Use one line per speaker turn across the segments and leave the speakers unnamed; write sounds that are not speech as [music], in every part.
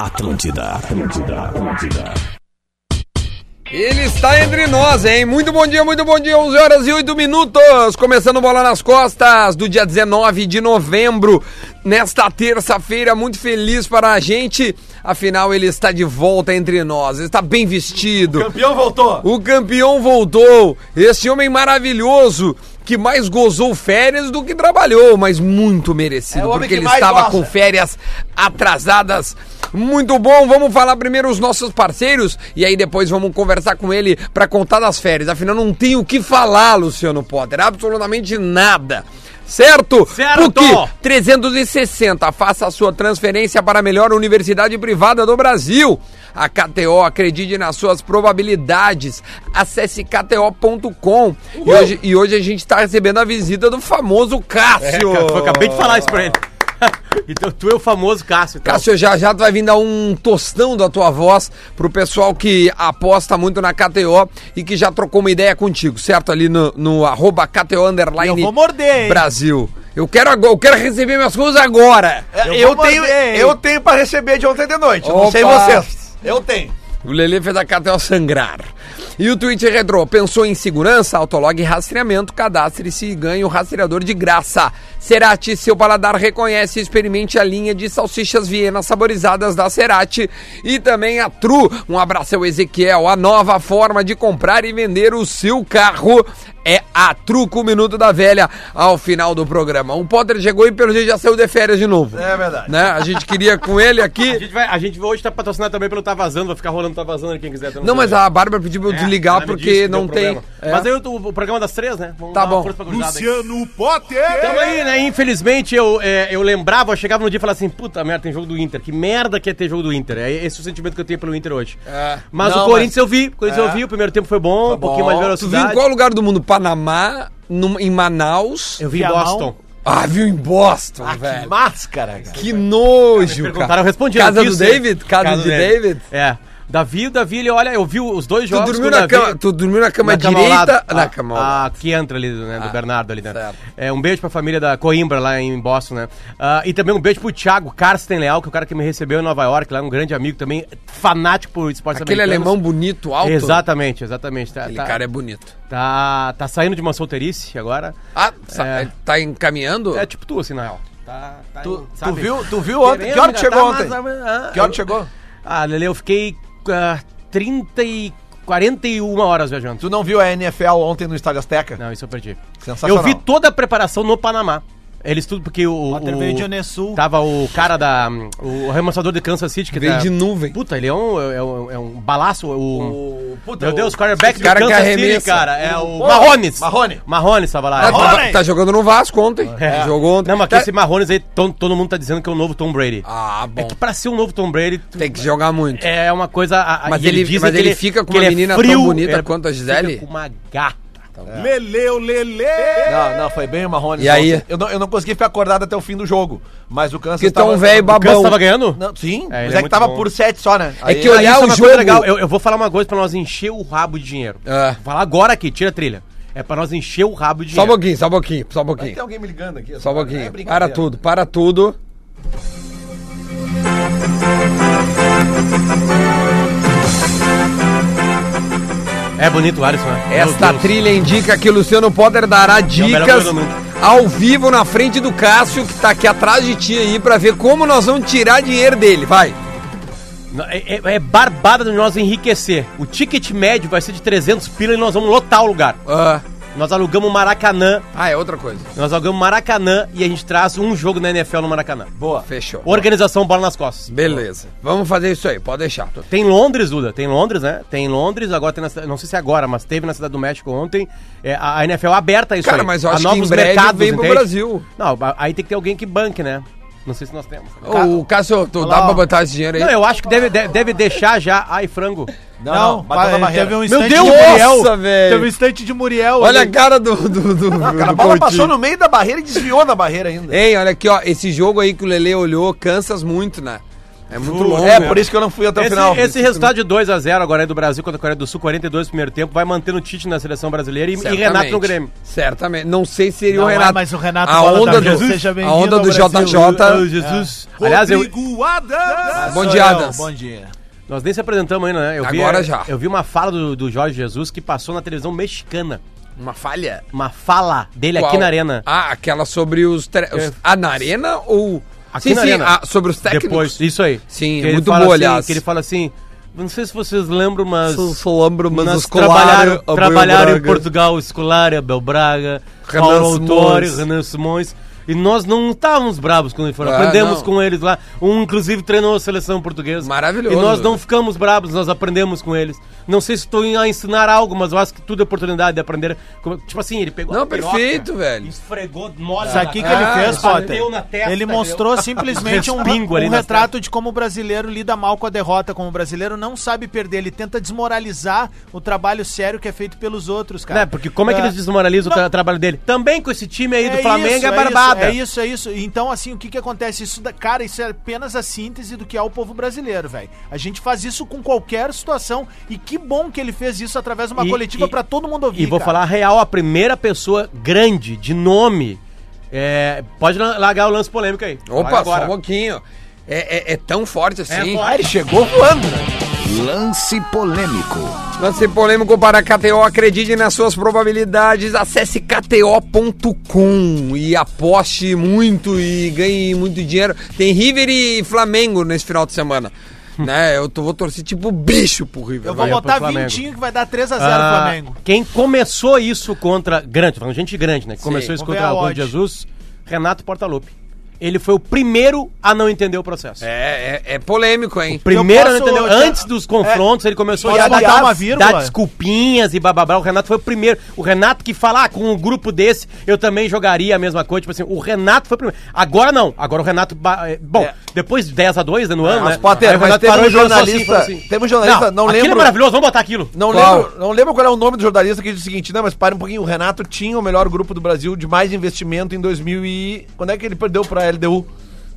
Atlântida, Atlântida, Atlântida.
Ele está entre nós, hein? Muito bom dia, muito bom dia. 11 horas e 8 minutos. Começando Bola nas Costas do dia 19 de novembro. Nesta terça-feira, muito feliz para a gente. Afinal, ele está de volta entre nós. Está bem vestido.
Campeão voltou.
O campeão voltou. Esse homem maravilhoso que mais gozou férias do que trabalhou, mas muito merecido,
É o homem
porque
que
ele
mais
estava
gosta.
com férias atrasadas. Muito bom, vamos falar primeiro os nossos parceiros e aí depois vamos conversar com ele para contar das férias. Afinal, não tem o que falar, Luciano Potter, absolutamente nada. Certo?
Certo!
PUC 360. Faça a sua transferência para a melhor universidade privada do Brasil. A KTO, acredite nas suas probabilidades. Acesse kto.com. E hoje, e hoje a gente está recebendo a visita do famoso Cássio.
Eu acabei de falar isso pra ele. [laughs] Então tu é o famoso Cássio. Então.
Cássio, já já tu vai vir dar um tostão da tua voz pro pessoal que aposta muito na KTO e que já trocou uma ideia contigo, certo? Ali no, no arroba KTO
Eu
underline
vou morder, hein?
Brasil. Eu quero, agora, eu quero receber minhas coisas agora.
É, Eu
Eu,
vou
tenho,
morder, hein?
eu tenho pra receber de ontem de noite. Não sei
Opa.
vocês. Eu tenho.
O Lele fez a KTO sangrar. E o tweet retrô. Pensou em segurança? Autolog rastreamento. Cadastre-se e ganhe o rastreador de graça. Cerati, seu paladar reconhece e experimente a linha de salsichas vienas saborizadas da Cerati. E também a Tru. Um abraço ao Ezequiel. A nova forma de comprar e vender o seu carro é a Tru com o Minuto da Velha ao final do programa. O Potter chegou e pelo jeito já saiu de férias de novo.
É verdade.
Né? A gente queria com ele aqui.
A gente, vai, a gente hoje tá patrocinado também pelo Tá Vazando, vai ficar rolando Tá Vazando aí, quem quiser. É,
Não, mas a Bárbara pediu pra eu desligar porque não tem. É.
Mas aí o, o programa das três, né? Vamos
Tá bom.
Luciano Potter! Tamo aí, né? Infelizmente eu, é, eu lembrava, eu chegava no dia e falava assim: puta merda, tem jogo do Inter. Que merda que é ter jogo do Inter. É esse o sentimento que eu tenho pelo Inter hoje.
É.
Mas
Não, é. Tá
o Corinthians eu vi, o Corinthians eu vi, o primeiro tempo foi bom, um pouquinho mais de
Tu viu em
velocidade.
qual lugar do mundo? Panamá, num- em Manaus.
Eu vi em
Viamão.
Boston.
Ah, viu em Boston,
Que
velho.
máscara, cara.
Que nojo,
Perguntaram, eu respondi.
Casa
eu
do
disse-
David? Casa, de
do
David?
É. Davi, o Davi, ele olha, eu vi os dois
Tu
jogos.
dormiu,
com o
na
Davi.
cama, tu dormiu na cama
Na cama ao
direita?
lado.
na
Ah,
cama. ao lado.
ah, que entra ali, né? Do Bernardo ali, né?
certo.
É, um beijo pra família da Coimbra lá em Boston, né? Ah, e também um beijo pro Thiago Carsten Leal, que é o cara que me recebeu em Nova York, lá é um grande amigo também, fanático por esportes
Aquele
americanos.
alemão bonito, alto.
Exatamente, exatamente. Tá,
Aquele
tá-
cara é bonito.
tá, tá saindo de uma solteirice agora.
Ah, sa-
É.
ele tá encaminhando?
É tipo tu, assim, na real. Tá, tá
Tu,
em-
tu
sabe?
viu, tu viu ontem? Que hora que
Querendo
chegou
engatar,
ontem?
mas, ah,
Que hora
eu-
que chegou?
Ah, Lele, eu fiquei ah, 30 e 41 horas viajando.
Tu não viu a NFL ontem no Estádio Azteca?
Não, isso eu perdi.
Sensacional.
Eu vi toda a preparação no Panamá. Eles tudo porque o.
Potter
o-
veio de Onessul.
Tava o cara da. O arremessador de Kansas City que
Veio
tá-
de nuvem.
Puta, ele é um, é um, é um balaço. O,
puta,
meu Deus, o quarterback
esse
do
cara que
Kansas City,
arremessa.
cara. É o.
Pô,
Marrones.
Marrone.
Marrones tava lá.
Ah,
é.
tá,
Olha!
tá jogando no Vasco ontem.
É.
Jogou ontem.
Não, mas que
Tá-
esse Marrones aí, to- todo mundo tá dizendo que é o novo Tom Brady.
Ah, bom.
É que pra ser um novo Tom Brady. tu-
Tem que jogar muito.
É uma coisa. a- a-
Mas
e
ele-
dizem
mas
que
ele fica com
que
uma
ele é
menina tão bonita
ele
quanto a
fica
Gisele?
Com uma gata.
Leleu, Lele!
É. Não, não, foi bem o Marrone.
E aí?
ontem. Eu não, eu não consegui ficar acordado até o fim do jogo. Mas o Kansas
Porque tu é um velho
O Kansas
babão.
tava ganhando?
Não, sim,
É,
mas
ele é
é, que
muito
tava
bom.
por sete só, né?
É
Aí-
que olhar
Isso é
o
uma
jogo.
coisa legal. Eu, eu vou falar uma coisa pra nós encher o rabo de dinheiro.
É.
Vou falar agora aqui, tira a trilha. É pra nós encher o rabo de
Só um
dinheiro.
pouquinho, só um pouquinho, só um pouquinho.
Tem alguém me ligando aqui.
Só um
É
pouquinho.
brincadeira.
para tudo, para tudo.
É bonito o Alisson, né?
Esta
Meu Deus. É
trilha indica que o Luciano Potter dará
melhor
dicas
programa.
ao vivo na frente do Cássio, que tá aqui atrás de ti aí, pra ver como nós vamos tirar dinheiro dele. Vai.
Não, É, é- é barbada de nós enriquecer. O ticket médio vai ser de 300 pila e nós vamos lotar o lugar.
Ah,
Nós alugamos o Maracanã,
ah, é outra coisa.
nós alugamos o Maracanã e a gente traz um jogo na NFL no Maracanã.
Boa.
Fechou.
Organização Bola nas Costas.
Beleza. Vamos fazer isso aí, pode deixar.
Tem Londres, Duda, tem Londres, né? Tem Londres, agora tem na cidade, não sei se é agora, mas teve na cidade do México ontem. É, a a NFL aberta a isso
Cara,
aí.
mas eu
A
acho que em breve vem pro
entende?
Brasil.
Não, a- aí tem que ter alguém que banque, né? Não sei se nós temos.
Ô, Cássio, tu dá pra botar esse dinheiro aí?
Não, é eu acho que deve, deve, deve deixar já. Ai, frango.
Não, não, bateu na
ele
barreira.
teve um
Meu
instante
Deus,
de Muriel.
nossa, velho.
Teve um instante de Muriel.
Olha a
ali.
cara do, do, do,
Cara, a
do
bola
Coutinho.
passou no meio da barreira e desviou na barreira ainda.
Hein, olha aqui, ó. Esse jogo aí que o Lele olhou, Kansas muito, né? É muito longo.
É,
né?
por isso que eu não fui até o
Esse,
final.
esse resultado de 2x0 agora aí do Brasil contra a Coreia do Sul, 42 no primeiro tempo, vai mantendo o Tite na seleção brasileira e, e
Certamente.
Renato no Grêmio.
Certamente. Não sei se seria o
Não é,
Renato.
mas o Renato
a
Bola
onda
da
do,
Vez, seja
a
bem-vindo
onda
ao
do
Eu-
Brasil.
eu-
JJ.
Jesus.
É.
Aliás, eu,
Rodrigo Adams.
Bom
Sou
dia,
eu,
Adams.
Bom dia.
nós nem se apresentamos ainda, né? Eu
Agora
vi,
já.
Eu vi uma fala do, do Jorge Jesus que passou na televisão mexicana.
Uma falha.
Uma fala dele aqui
Qual?
na arena.
Ah, aquela sobre os. tre- os- Ah, na arena ou.
Aqui na arena.
ah, sobre os técnicos.
Depois, isso aí.
Sim,
Que
é
ele
muito
fala
boa,
assim,
aliás.
Que ele fala assim, não sei se vocês lembram, mas...
Sou- sou lembro, mas
nós
os Scolari,
trabalharam,
Abel
trabalharam em
Braga.
Portugal, Escolar, Abel Braga,
Renan
Paulo Autori,
Simões.
Renan Simões. E nós não estávamos bravos com eles foram.
Ah,
aprendemos
não.
com eles lá. Um, inclusive, treinou a seleção portuguesa.
Maravilhoso.
E nós não ficamos bravos, nós aprendemos com eles. Não sei se estou a ensinar algo, mas eu acho que tudo é oportunidade de aprender. Como- Tipo assim, ele pegou
Não,
a piroca,
perfeito, velho.
esfregou, mole
Isso aqui que
cara,
ele fez,
bateu
Potter.
na testa,
ele
meu. [laughs]
mostrou simplesmente um,
Respingo ali
um
na
retrato de como o brasileiro lida mal com a derrota, como o brasileiro não sabe perder, ele tenta desmoralizar o trabalho sério que é feito pelos outros, cara.
Né? Porque como é que
Ah,
eles desmoralizam o tra- trabalho dele? Também com esse time aí do Flamengo
isso,
é barbada.
É isso, é isso. Então, assim, o que que acontece? Isso, da- cara, isso é apenas a síntese do que é o povo brasileiro, velho. A gente faz isso com qualquer situação e que bom que ele fez isso através de uma
E-
coletiva
e-
pra todo mundo ouvir,
E vou
cara.
falar a real, a primeira pessoa grande, de nome, é, pode la- largar o lance polêmico aí. Larga
Opa, só
agora.
um pouquinho. É, é- é tão forte assim.
forte.
Ah, ele chegou voando. Lance polêmico.
Lance polêmico para a KTO, acredite nas suas probabilidades, acesse kto.com e aposte muito e ganhe muito dinheiro. Tem River e Flamengo nesse final de semana.
Hum.
né? Eu tô- vou torcer tipo bicho pro River.
Eu vou
vai.
Vai
botar
pro Flamengo.
20 que vai dar 3 a 0
Ah,
Flamengo.
Quem começou isso contra. Grande, tô falando gente grande, né? Que começou isso
Vamos ver
contra
a
o Gol de
odd.
Jesus, Renato Portaluppi. Ele foi o primeiro a não entender o processo.
É, é- é polêmico, hein?
Primeiro, né,
Eu posso-
entendeu?
eu já-
Antes dos confrontos, ele começou
Posso
a
botar
dar,
uma vírgula?
dar desculpinhas e bababá. O Renato foi o primeiro. O Renato que falar ah, com um grupo desse, eu também jogaria a mesma coisa. Tipo assim, o Renato foi o primeiro. Agora não. Agora o Renato. ba- eh, Bom, depois de 10 a 2 né, no ano.
mas,
né?
Potter,
Aí o
mas
Renato
teve
parou
um
e falou assim,
jornalista-
falou assim,
teve um jornalista, não
Aquilo é
lembro-
maravilhoso, vamos botar aquilo.
Não
Qual?
lembro, não lembro qual é o nome do jornalista que disse o seguinte, não, mas para um pouquinho, o Renato tinha o melhor grupo do Brasil de mais investimento em 2000 e... Quando é que ele perdeu pra LDU?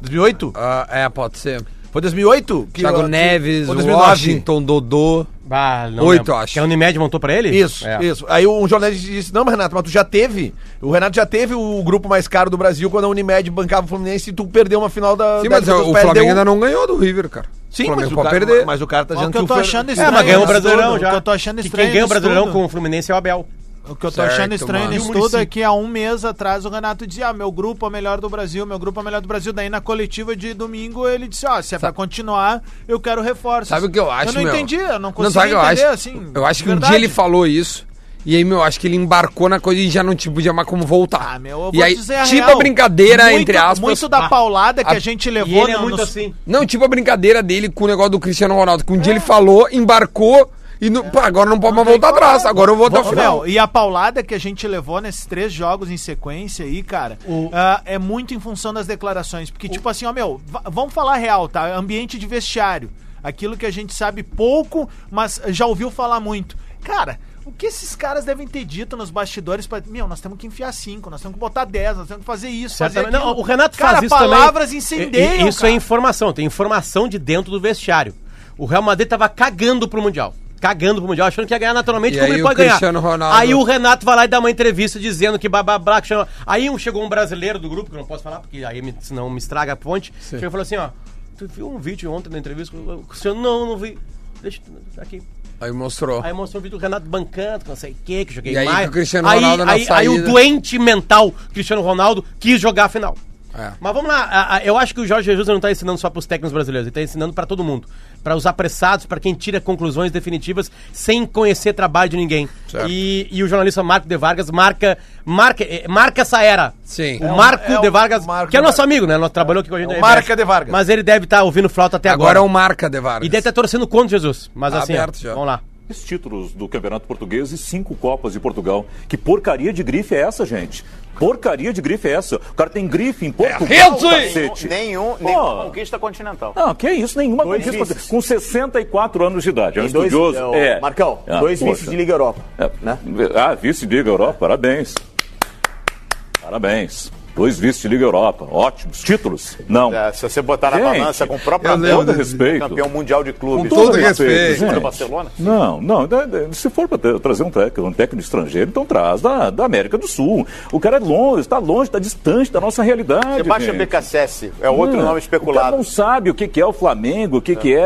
2008?
Ah, é, pode ser.
Foi 2008? Que,
Thiago
que-
Neves,
ou 2009.
Washington, Dodô.
Ah, não
Oito,
lembro.
acho.
Que a Unimed montou pra ele?
Isso,
É.
isso. Aí um jornalista disse, não, mas Renato, mas tu já teve, o Renato já teve o grupo mais caro do Brasil quando a Unimed bancava o Fluminense e tu perdeu uma final da...
Sim,
da
mas o, o
pra LDU.
Flamengo ainda não ganhou do River, cara.
um. Sim,
o Flamengo
mas o,
pode
cara,
perder.
mas o cara tá
Mas
dizendo
o que eu tô
Fer-
achando
É,
estranho
mas ganhou o
nisso
Brasileirão
tudo.
já.
O que eu tô achando
Que
estranho
Quem ganha o
nisso
Brasileirão
tudo.
com o Fluminense é o Abel.
O que eu tô
Certo,
achando estranho
mano.
nisso
E o
tudo é
município?
que há um mês atrás o Renato dizia: ah, meu grupo é o melhor do Brasil, meu grupo é o melhor do Brasil. Daí na coletiva de domingo ele disse: ó, se é pra continuar, eu quero reforço.
Sabe o que eu acho,
Eu não
meu?
entendi, eu não consegui
sabe o que eu
entender,
acho?
assim.
Eu acho que
de
um dia
verdade.
ele falou isso. E aí, meu, eu acho que ele embarcou na coisa e já não te podia mais como voltar.
Ah, meu, eu vou
e aí,
dizer a
tipo
real.
a brincadeira,
Muito-
entre aspas. ah.
Muito da paulada que
a-
a gente
E
levou
ele é
no-
muito
nos-
assim.
Não, tipo a brincadeira dele com o negócio do Cristiano Ronaldo. Que um
É.
dia ele falou, embarcou e não- pô, agora não pode mais voltar atrás. Agora eu vou até o
Ô,
final.
Fel, e a paulada que a gente levou nesses três jogos em sequência aí, cara, ah, é muito em função das declarações. Porque, tipo assim, ó, meu, va- vamos falar real, tá? Ambiente de vestiário. Aquilo que a gente sabe pouco, mas já ouviu falar muito. Cara. O que esses caras devem ter dito nos bastidores pra. Meu, nós temos que enfiar cinco, nós temos que botar 10, nós temos que fazer isso. Fazer
Certamente. Não,
aquilo.
o Renato
cara,
faz isso também.
palavras
E-
incendeiam.
e- Isso é informação, tem informação de dentro do vestiário. O Real Madrid tava cagando pro Mundial. Cagando pro Mundial, achando que ia ganhar naturalmente,
E
como
aí
ele
o
pode ganhar.
Cristiano Ronaldo-
Aí o Renato vai lá e dá uma entrevista dizendo que bababá, que chama... Aí um, chegou um brasileiro do grupo, que eu não posso falar, porque aí me, senão me estraga a ponte. Chegou e falou assim, ó, tu viu um vídeo ontem da entrevista? O senhor, não, não vi. Deixa aqui.
Aí mostrou.
Aí mostrou o vídeo do Renato bancando, que não sei o que, que joguei
E aí
mais.
que o Cristiano
Aí-
Ronaldo na
aí, aí o
saída.
doente mental Cristiano Ronaldo quis jogar a final.
É.
Mas vamos lá, a- a- eu acho que o Jorge Jesus não tá ensinando só pros técnicos brasileiros, ele tá ensinando pra todo mundo. Pra os apressados, pra quem tira conclusões definitivas sem conhecer trabalho de ninguém.
Certo.
E, e o jornalista Marco de Vargas marca, marca, eh, marca essa era.
Sim.
O
É o-
Marco
é o
de Vargas,
Marco
que é
de
nosso amigo, né? Nós trabalhou aqui com a gente.
o
na
Marca
RBS.
de Vargas.
Mas ele deve estar ouvindo flauta até
Agora
agora.
é o marca de Vargas.
E deve estar torcendo contra Jesus. Mas
Tá
assim, ó,
aberto já.
vamos lá.
Três títulos do Campeonato Português e cinco Copas de Portugal. Que porcaria de grife é essa, gente? Porcaria de grife é essa? O cara tem grife
É
em Portugal,
Renzo!
cacete.
Nenhum,
Pô.
nenhuma conquista continental.
Não, que é isso, nenhuma
Dois
conquista.
vices.
Com 64 anos de idade, é um
Tem dois,
estudioso.
ô,
é.
Marcão,
Ah,
dois
poxa.
vices de Liga Europa.
É.
Né?
Ah, vice de Liga Europa, parabéns. Parabéns. Dois vice-liga Europa, ótimos títulos. Não.
É, se você botar na
Gente,
balança com o próprio
eu lembro
Abel,
desse vídeo.
campeão mundial de clubes,
Com todo
do
respeito, gente.
do Barcelona,
Não, não. da- da- Se for para trazer um técnico, um técnico estrangeiro, então traz da, da América do Sul. O cara é longe, está longe, está distante da nossa realidade.
você baixa
gente.
BKSS, é outro
Não,
nome
O cara
Então,
especulado.
não sabe o que, que é o Flamengo, o que, que é,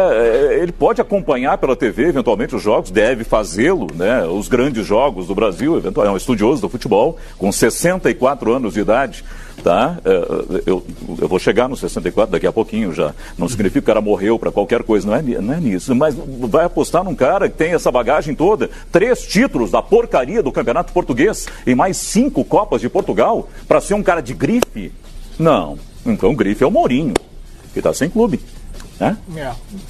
é, Ele pode acompanhar pela TV, eventualmente, os jogos, deve fazê-lo, né? Os grandes jogos do Brasil, eventualmente, é um estudioso do futebol, com 64 anos de idade. Tá? É, Eu, eu vou chegar nos 64 daqui a pouquinho já. Não significa que o cara morreu para qualquer coisa, não é, ni- não é nisso. Mas vai apostar num cara que tem essa bagagem toda, três títulos da porcaria do Campeonato Português e mais cinco Copas de Portugal, para ser um cara de grife? Não. Então o grife é o Mourinho que tá sem clube. Né?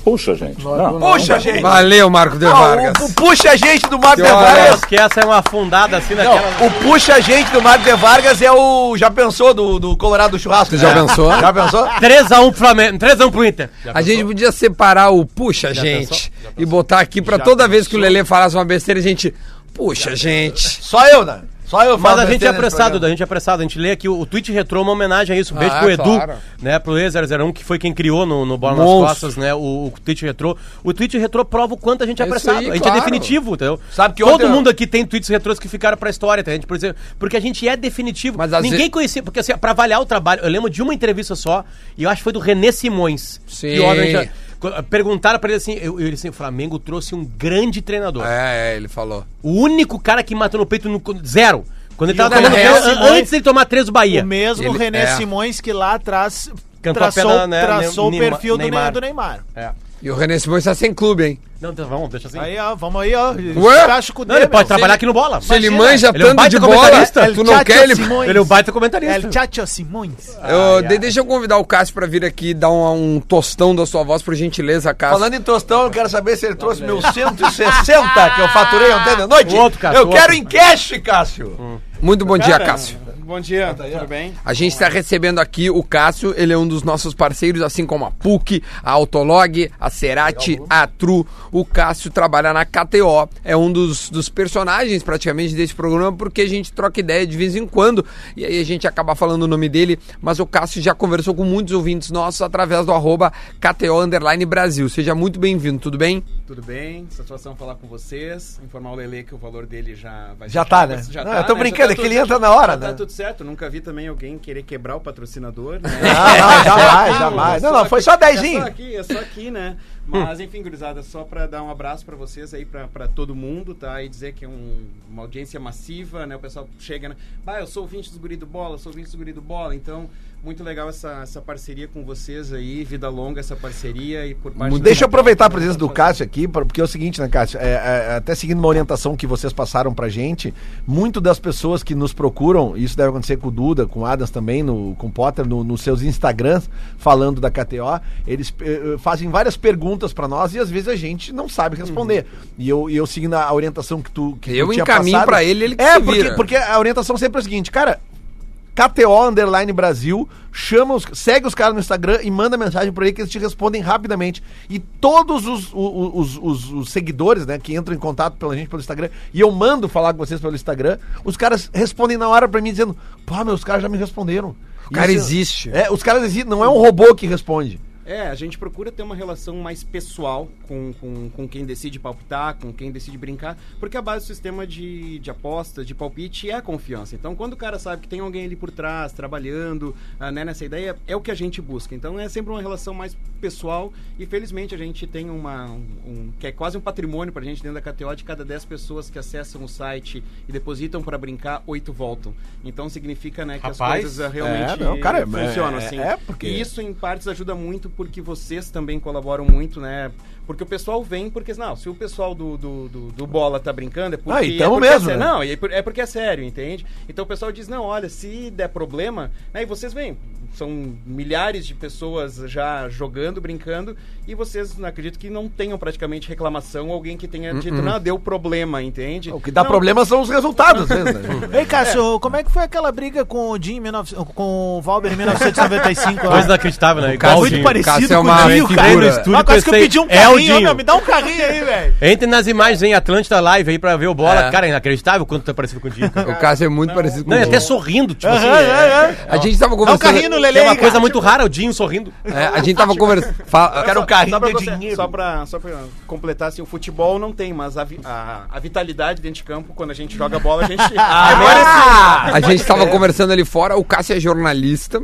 Puxa, gente. Não,
Puxa, gente!
Valeu, Marco de Vargas.
Ah, o, o puxa gente do Mário de
Olha.
Vargas.
que essa é uma afundada assim
Não,
naquela.
o puxa gente do Mário de Vargas é o. Já pensou do, do Colorado Churrasco? É.
Tu já pensou?
Já pensou?
3x1 pro Flamengo, 3x1 pro Inter.
A gente podia separar o puxa, gente, e botar aqui pra toda vez que o Lelê falasse uma besteira, a gente. Puxa, gente.
Só eu, né? Só eu
Mas
falo
a gente é
besteira nesse
apressado,
programa.
a gente é apressado. A gente lê aqui o, o tweet retrô, uma homenagem a isso. Um beijo
Ah,
pro Edu,
claro.
né? Pro E001, que foi quem criou no, no Bola
Monstro.
nas Costas, né? O, o tweet retrô. O tweet retrô prova o quanto a gente é
É isso
apressado.
aí,
a gente
claro.
é definitivo, entendeu?
Sabe que
Todo
ontem eu-
mundo aqui tem tweets retrôs que ficaram pra história, tá? A gente, por exemplo, porque a gente é definitivo.
Mas às
Ninguém
vezes-
conhecia, porque assim, pra avaliar o trabalho, eu lembro de uma entrevista só, e eu acho que foi do René Simões.
Sim.
Que, obviamente, já- perguntaram pra ele assim, eu, ele assim, o Flamengo trouxe um grande treinador.
É, é, ele falou.
O único cara que matou no peito no zero. Quando ele
E
tava
o
tomando
René
pênalti,
Simões-
antes ele tomar três do Bahia.
O mesmo
Ele-
René
é.
Simões que lá atrás
Cantou a
traçou,
pedra, né,
traçou
Ne-
o perfil do Ne-
Neymar.
do Neymar.
É.
E o René Simões tá sem clube, hein?
Não, então vamos, deixa assim.
Aí, ó, vamos aí, ó.
Ué?
Cacho com o
não, ele
dedo,
pode
meu.
trabalhar aqui no bola.
Se ele
Imagina,
manja
ele é um
tanto
baita
de bola,
comentarista.
tu não
Chacho
quer ele.
Simões.
Ele é um baita comentarista.
El Chacho Simões.
Eu- de- Deixa eu convidar o Cássio pra vir aqui dar um, um tostão da sua voz, por gentileza, Cássio.
Falando em tostão, eu quero saber se ele trouxe meus 160 que eu faturei ontem de noite.
O outro, Cássio,
eu
o
quero
outro.
em cash, Cássio.
Muito bom dia, Cássio.
Bom dia, tudo bem?
A gente está recebendo aqui o Cássio, ele é um dos nossos parceiros, assim como a PUC, a Autolog, a Cerati, a Tru. O Cássio trabalha na KTO, é um dos, dos personagens praticamente desse programa, porque a gente troca ideia de vez em quando e aí a gente acaba falando o nome dele. Mas o Cássio já conversou com muitos ouvintes nossos através do arroba KTO Underline Brasil. Seja muito bem-vindo, tudo bem?
Tudo bem? Satisfação falar com vocês. Informar o Lele que o valor dele já vai
Já tá, né?
Já
Não,
tá,
eu tô
né?
brincando,
Já
é que
tudo-
ele entra na hora,
já
né?
Tá tudo certo. Nunca vi também alguém querer quebrar o patrocinador. Né?
[laughs] Ah, não, jamais, jamais. Ah, Não, não, foi só
É
dezinho.
só aqui, é só aqui, né? Mas enfim, gurizada, só pra dar um abraço pra vocês aí, pra, pra todo mundo, tá? E dizer que é um- uma audiência massiva, né? O pessoal chega, né? Bah, eu sou ouvinte dos guri do bola, sou ouvinte dos guri do bola. Então, muito legal essa, essa parceria com vocês aí, vida longa essa parceria e por parte
Muito-
do- né?
Deixa eu aproveitar a presença do Cássio aqui, pra- porque é o seguinte, né, Cássio? É, é, até seguindo uma orientação que vocês passaram pra gente, muito das pessoas que nos procuram, e isso deve acontecer com o Duda, com o Adams também, no, com o Potter, no- nos seus Instagrams, falando da KTO, eles eh, eh, fazem várias perguntas pra nós e às vezes a gente não sabe responder. E eu, e eu seguindo a orientação que tu que
Uhum. Eu
tu tinha
encaminho
passado-
pra ele, ele que
é,
se
porque,
vira.
porque a orientação sempre é a seguinte, cara, KTO Underline Brasil, chama os, segue os caras no Instagram e manda mensagem pra ele que eles te respondem rapidamente. E todos os, o- os, os- os seguidores, né, que entram em contato pela gente pelo Instagram, e eu mando falar com vocês pelo Instagram, os caras respondem na hora pra mim dizendo, pô, meus caras já me responderam. O
cara existe.
É, os caras existem, não é um robô que responde.
É, a gente procura ter uma relação mais pessoal com, com, com quem decide palpitar, com quem decide brincar, porque a base do sistema de, de aposta, de palpite, é a confiança. Então, quando o cara sabe que tem alguém ali por trás, trabalhando ah, né, nessa ideia, é o que a gente busca. Então, é sempre uma relação mais pessoal e, felizmente, a gente tem uma... Um, um- que é quase um patrimônio pra gente dentro da KTO, de cada 10 pessoas que acessam o site e depositam para brincar, 8 voltam. Então, significa né, que as
Rapaz,
coisas ah, realmente
não, cara, é-
funcionam
é-
assim.
é porque-
E isso em partes ajuda muito porque vocês também colaboram muito, né? Porque o pessoal vem porque, não, se o pessoal do, do, do, do bola tá brincando, é porque.
Ah, então
é porque é
mesmo,
sério.
né?
Não, e é por- é porque é sério, entende? Então o pessoal diz, não, olha, se der problema, né? E vocês vêm. são milhares de pessoas já jogando, brincando, e vocês não acredito que não tenham praticamente reclamação, alguém que tenha dito, não, deu problema, entende?
Hum, O que dá
Não,
problema são os resultados, às vezes, [laughs] né?
Ei, Cássio, como é que foi aquela briga com o Jim, em 19 com o Valber em 1995?
Coisa inacreditável, né?
Cara,
Igualzinho.
Um muito parecido
Cássio é uma
com o Dinho,
figura.
cara.
Entrei no
estúdio
Ah, quase que eu
pensei,
pedi um
é o
carrinho, ô,
Dinho.
meu, me dá um carrinho aí, velho.
Entre nas imagens em Atlântida Live aí pra ver o bola.
É.
Cara, é inacreditável quanto tá parecido com o Dinho.
[laughs]
cara.
O Cássio é muito parecido com
Não, e
o
até sorrindo, tipo assim.
Uhum. Aham,
é-
aham.
A gente tava
Dá um
conversando.
carrinho no Lele
É uma
aí,
coisa
cara.
muito rara, o Dinho sorrindo.
É, a gente tava conversando. Fa...
um
Só- só pra
de
você-
dinheiro.
Só pra, só pra completar, assim, o futebol não tem, mas a, vi- a, a vitalidade dentro de campo, quando a gente joga bola,
[laughs]
a gente. Ah,
Ah,
é
A gente estava conversando ali fora, o Cássio é jornalista.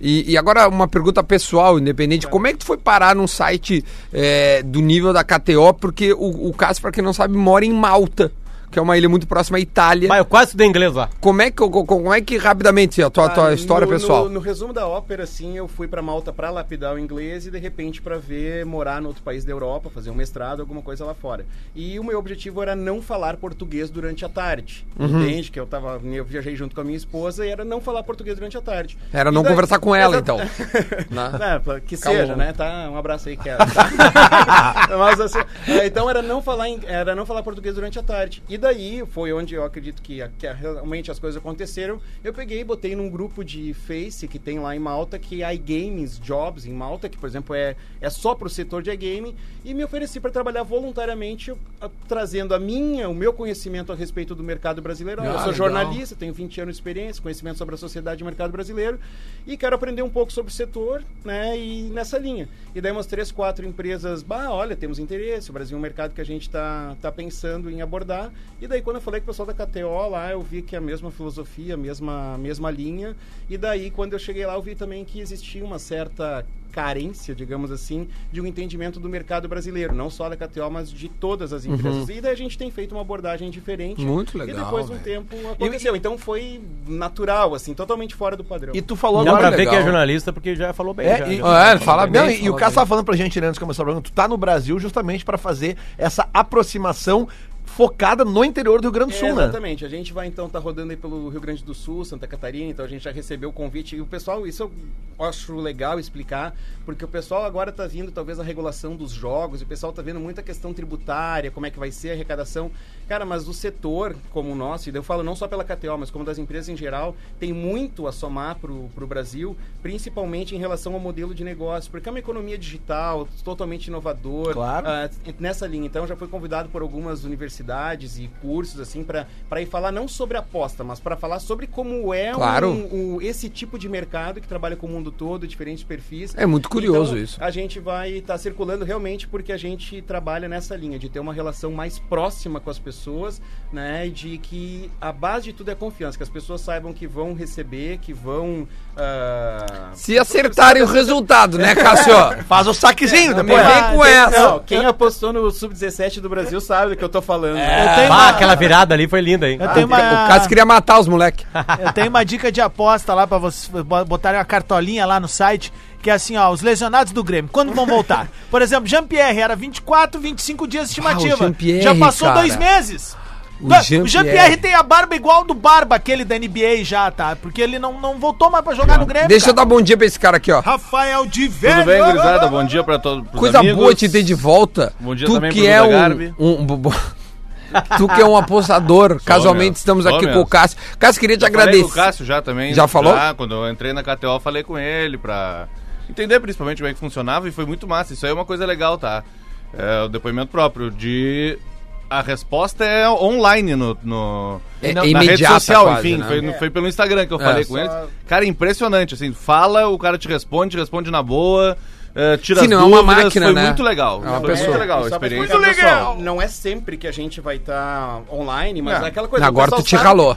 E, e agora uma pergunta pessoal, independente. Como é que tu foi parar num site é, do nível da KTO? Porque o, o Cássio, pra quem não sabe, mora em Malta, que é uma ilha muito próxima à Itália.
Mas eu quase estudei inglês lá.
Como é que, co- como é que rapidamente, a tua, tua
Ah,
história
no-
pessoal?
No, no resumo da ópera, assim, eu fui pra Malta pra lapidar o inglês e de repente pra ver morar no outro país da Europa, fazer um mestrado, alguma coisa lá fora. E o meu objetivo era não falar português durante a tarde.
Uhum.
Entende? Que eu tava. Eu viajei junto com a minha esposa e era não falar português durante a tarde.
Era
E
não
daí-
conversar com ela,
Exa- [laughs]
então. Né?
É, pra- que
Calma.
seja, né? Tá, um abraço aí,
[laughs]
Kelly. Mas assim, é, então era não falar em- era não falar português durante a tarde. E daí foi onde eu acredito que, a- que a- realmente as coisas aconteceram. Eu peguei e botei num grupo de Face que tem lá em Malta que é iGames Jobs em Malta, que por exemplo é é só pro setor de iGaming e me ofereci para trabalhar voluntariamente a- trazendo a minha, o meu conhecimento a respeito do mercado brasileiro.
Ah,
eu sou
legal.
jornalista jornalista, tenho 20 anos de experiência, conhecimento sobre a sociedade e mercado brasileiro e quero aprender um pouco sobre o setor, né, e nessa linha. E daí umas três, quatro empresas, bah, olha, temos interesse, o Brasil é um mercado que a gente tá, tá pensando em abordar. E daí quando eu falei com o pessoal da KTO lá, eu vi que é a mesma filosofia, a mesma, a mesma linha. E daí quando eu cheguei lá, eu vi também que existia uma certa carência, digamos assim, de um entendimento do mercado brasileiro, não só da KTO, mas de todas as empresas. E daí a gente tem feito uma abordagem diferente.
Uhum. Muito
E
legal,
depois de um
velho.
tempo aconteceu. Então foi natural, assim, totalmente fora do padrão.
E tu falou
Dá pra
agora.
ver
legal.
que é jornalista, porque já falou bem. já, né?
É, e,
já.
Ah, é, fala bem,
Não, e, e o
fala
Cássio
bem.
estava falando pra gente né, antes de começar o programa, tu tá no Brasil justamente para fazer essa aproximação focada no interior do Rio Grande do Sul,
É,
né?
Exatamente. A gente vai então tá rodando aí pelo Rio Grande do Sul, Santa Catarina, então a gente já recebeu o convite. E o pessoal, isso eu acho legal explicar, porque o pessoal agora tá vindo talvez a regulação dos jogos, e o pessoal tá vendo muita questão tributária, como é que vai ser a arrecadação. Cara, mas o setor como o nosso, e daí eu falo não só pela KTO, mas como das empresas em geral, tem muito a somar pro, pro Brasil, principalmente em relação ao modelo de negócio, porque é uma economia digital, totalmente inovador,
Claro.
ah, nessa linha. Então, eu já fui convidado por algumas universidades e cursos, assim, para ir falar não sobre aposta, mas para falar sobre como é um-
Claro.
um- esse tipo de mercado que trabalha com o mundo todo, diferentes perfis.
É muito curioso
Então,
isso.
A gente vai estar circulando realmente porque a gente trabalha nessa linha de ter uma relação mais próxima com as pessoas, né? e De que a base de tudo é confiança, que as pessoas saibam que vão receber, que vão. ah,
Se acertarem o resultado, né, Cássio?
Faz o saquezinho
Não me
depois.
vem com
Não,
essa.
quem apostou no Sub-17 do Brasil sabe do que eu tô falando.
É,
Eu tenho
Ah,
uma-
aquela virada ali foi linda, hein?
Eu tenho uma-
O Cássio queria matar os moleques.
Eu tenho uma dica de aposta lá pra vocês bo- botarem uma cartolinha lá no site, que é assim, ó, os lesionados do Grêmio, quando
[laughs]
vão voltar? Por exemplo, Jean-Pierre era 24, 25 dias de
Ah, o
estimativa.
Jean-Pierre,
Já passou
cara.
dois meses.
O
Tá,
Jean-Pierre.
O Jean-Pierre tem a barba igual do Barba, aquele da NBA já, tá? Porque ele não, não voltou mais pra jogar no Grêmio.
Deixa eu
cara.
dar um bom dia pra esse cara aqui, ó.
Rafael de Velho.
Tudo bem, gurizada? Bom dia pra todos. pros
Coisa
amigos.
boa te ter de volta.
Bom dia
tu
também
que
pro
é
Duda
um,
Garbi.
um bo- [laughs] bo- Tu que é um apostador. Casualmente
mesmo,
estamos
sou
aqui com
mesmo.
o Cássio. Cássio, queria te
Já falei com o
agradecer.
Cássio Ah, já também.
Já falou?
quando eu entrei na KTO, falei com ele pra entender principalmente como é que funcionava e foi muito massa. Isso aí é uma coisa legal, tá? É o depoimento próprio de... A resposta é online no... no...
É- é
na rede
imediata
social,
quase,
enfim.
né?
Foi, no-
É.
foi pelo Instagram que eu falei com
só-
eles. Cara, é impressionante, assim. Fala, o cara te responde, te responde na boa, é, tira
Sim,
as
não é uma
dúvidas.
máquina,
foi
né?
muito legal.
É uma
foi
pessoa.
muito legal a
Só pra
experiência.
explicar,
Pessoal,
pessoal, Não é sempre que a gente vai estar online, mas
Não.
é aquela coisa.
Agora
o pessoal
tu te
sabe-
[laughs]
ralou.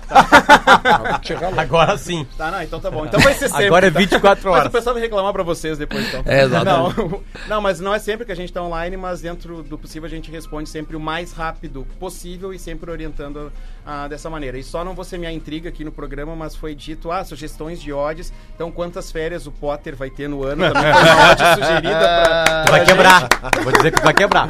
Agora sim.
Tá, não, então tá bom. Então vai
[laughs]
ser sempre.
Agora é
tá?
24
Mas o
horas.
pessoal vai reclamar pra vocês depois, então.
É, exatamente.
Não, [laughs] não, mas não é sempre que a gente tá online, mas dentro do possível a gente responde sempre o mais rápido possível e sempre orientando ah, dessa maneira. E só não vou semear intriga aqui no programa, mas
[laughs]
foi dito, ah, sugestões de odds. Então, quantas férias o Potter vai ter no ano também? Foi uma odd sugerida pra.
Vai quebrar. Vou dizer que vai quebrar.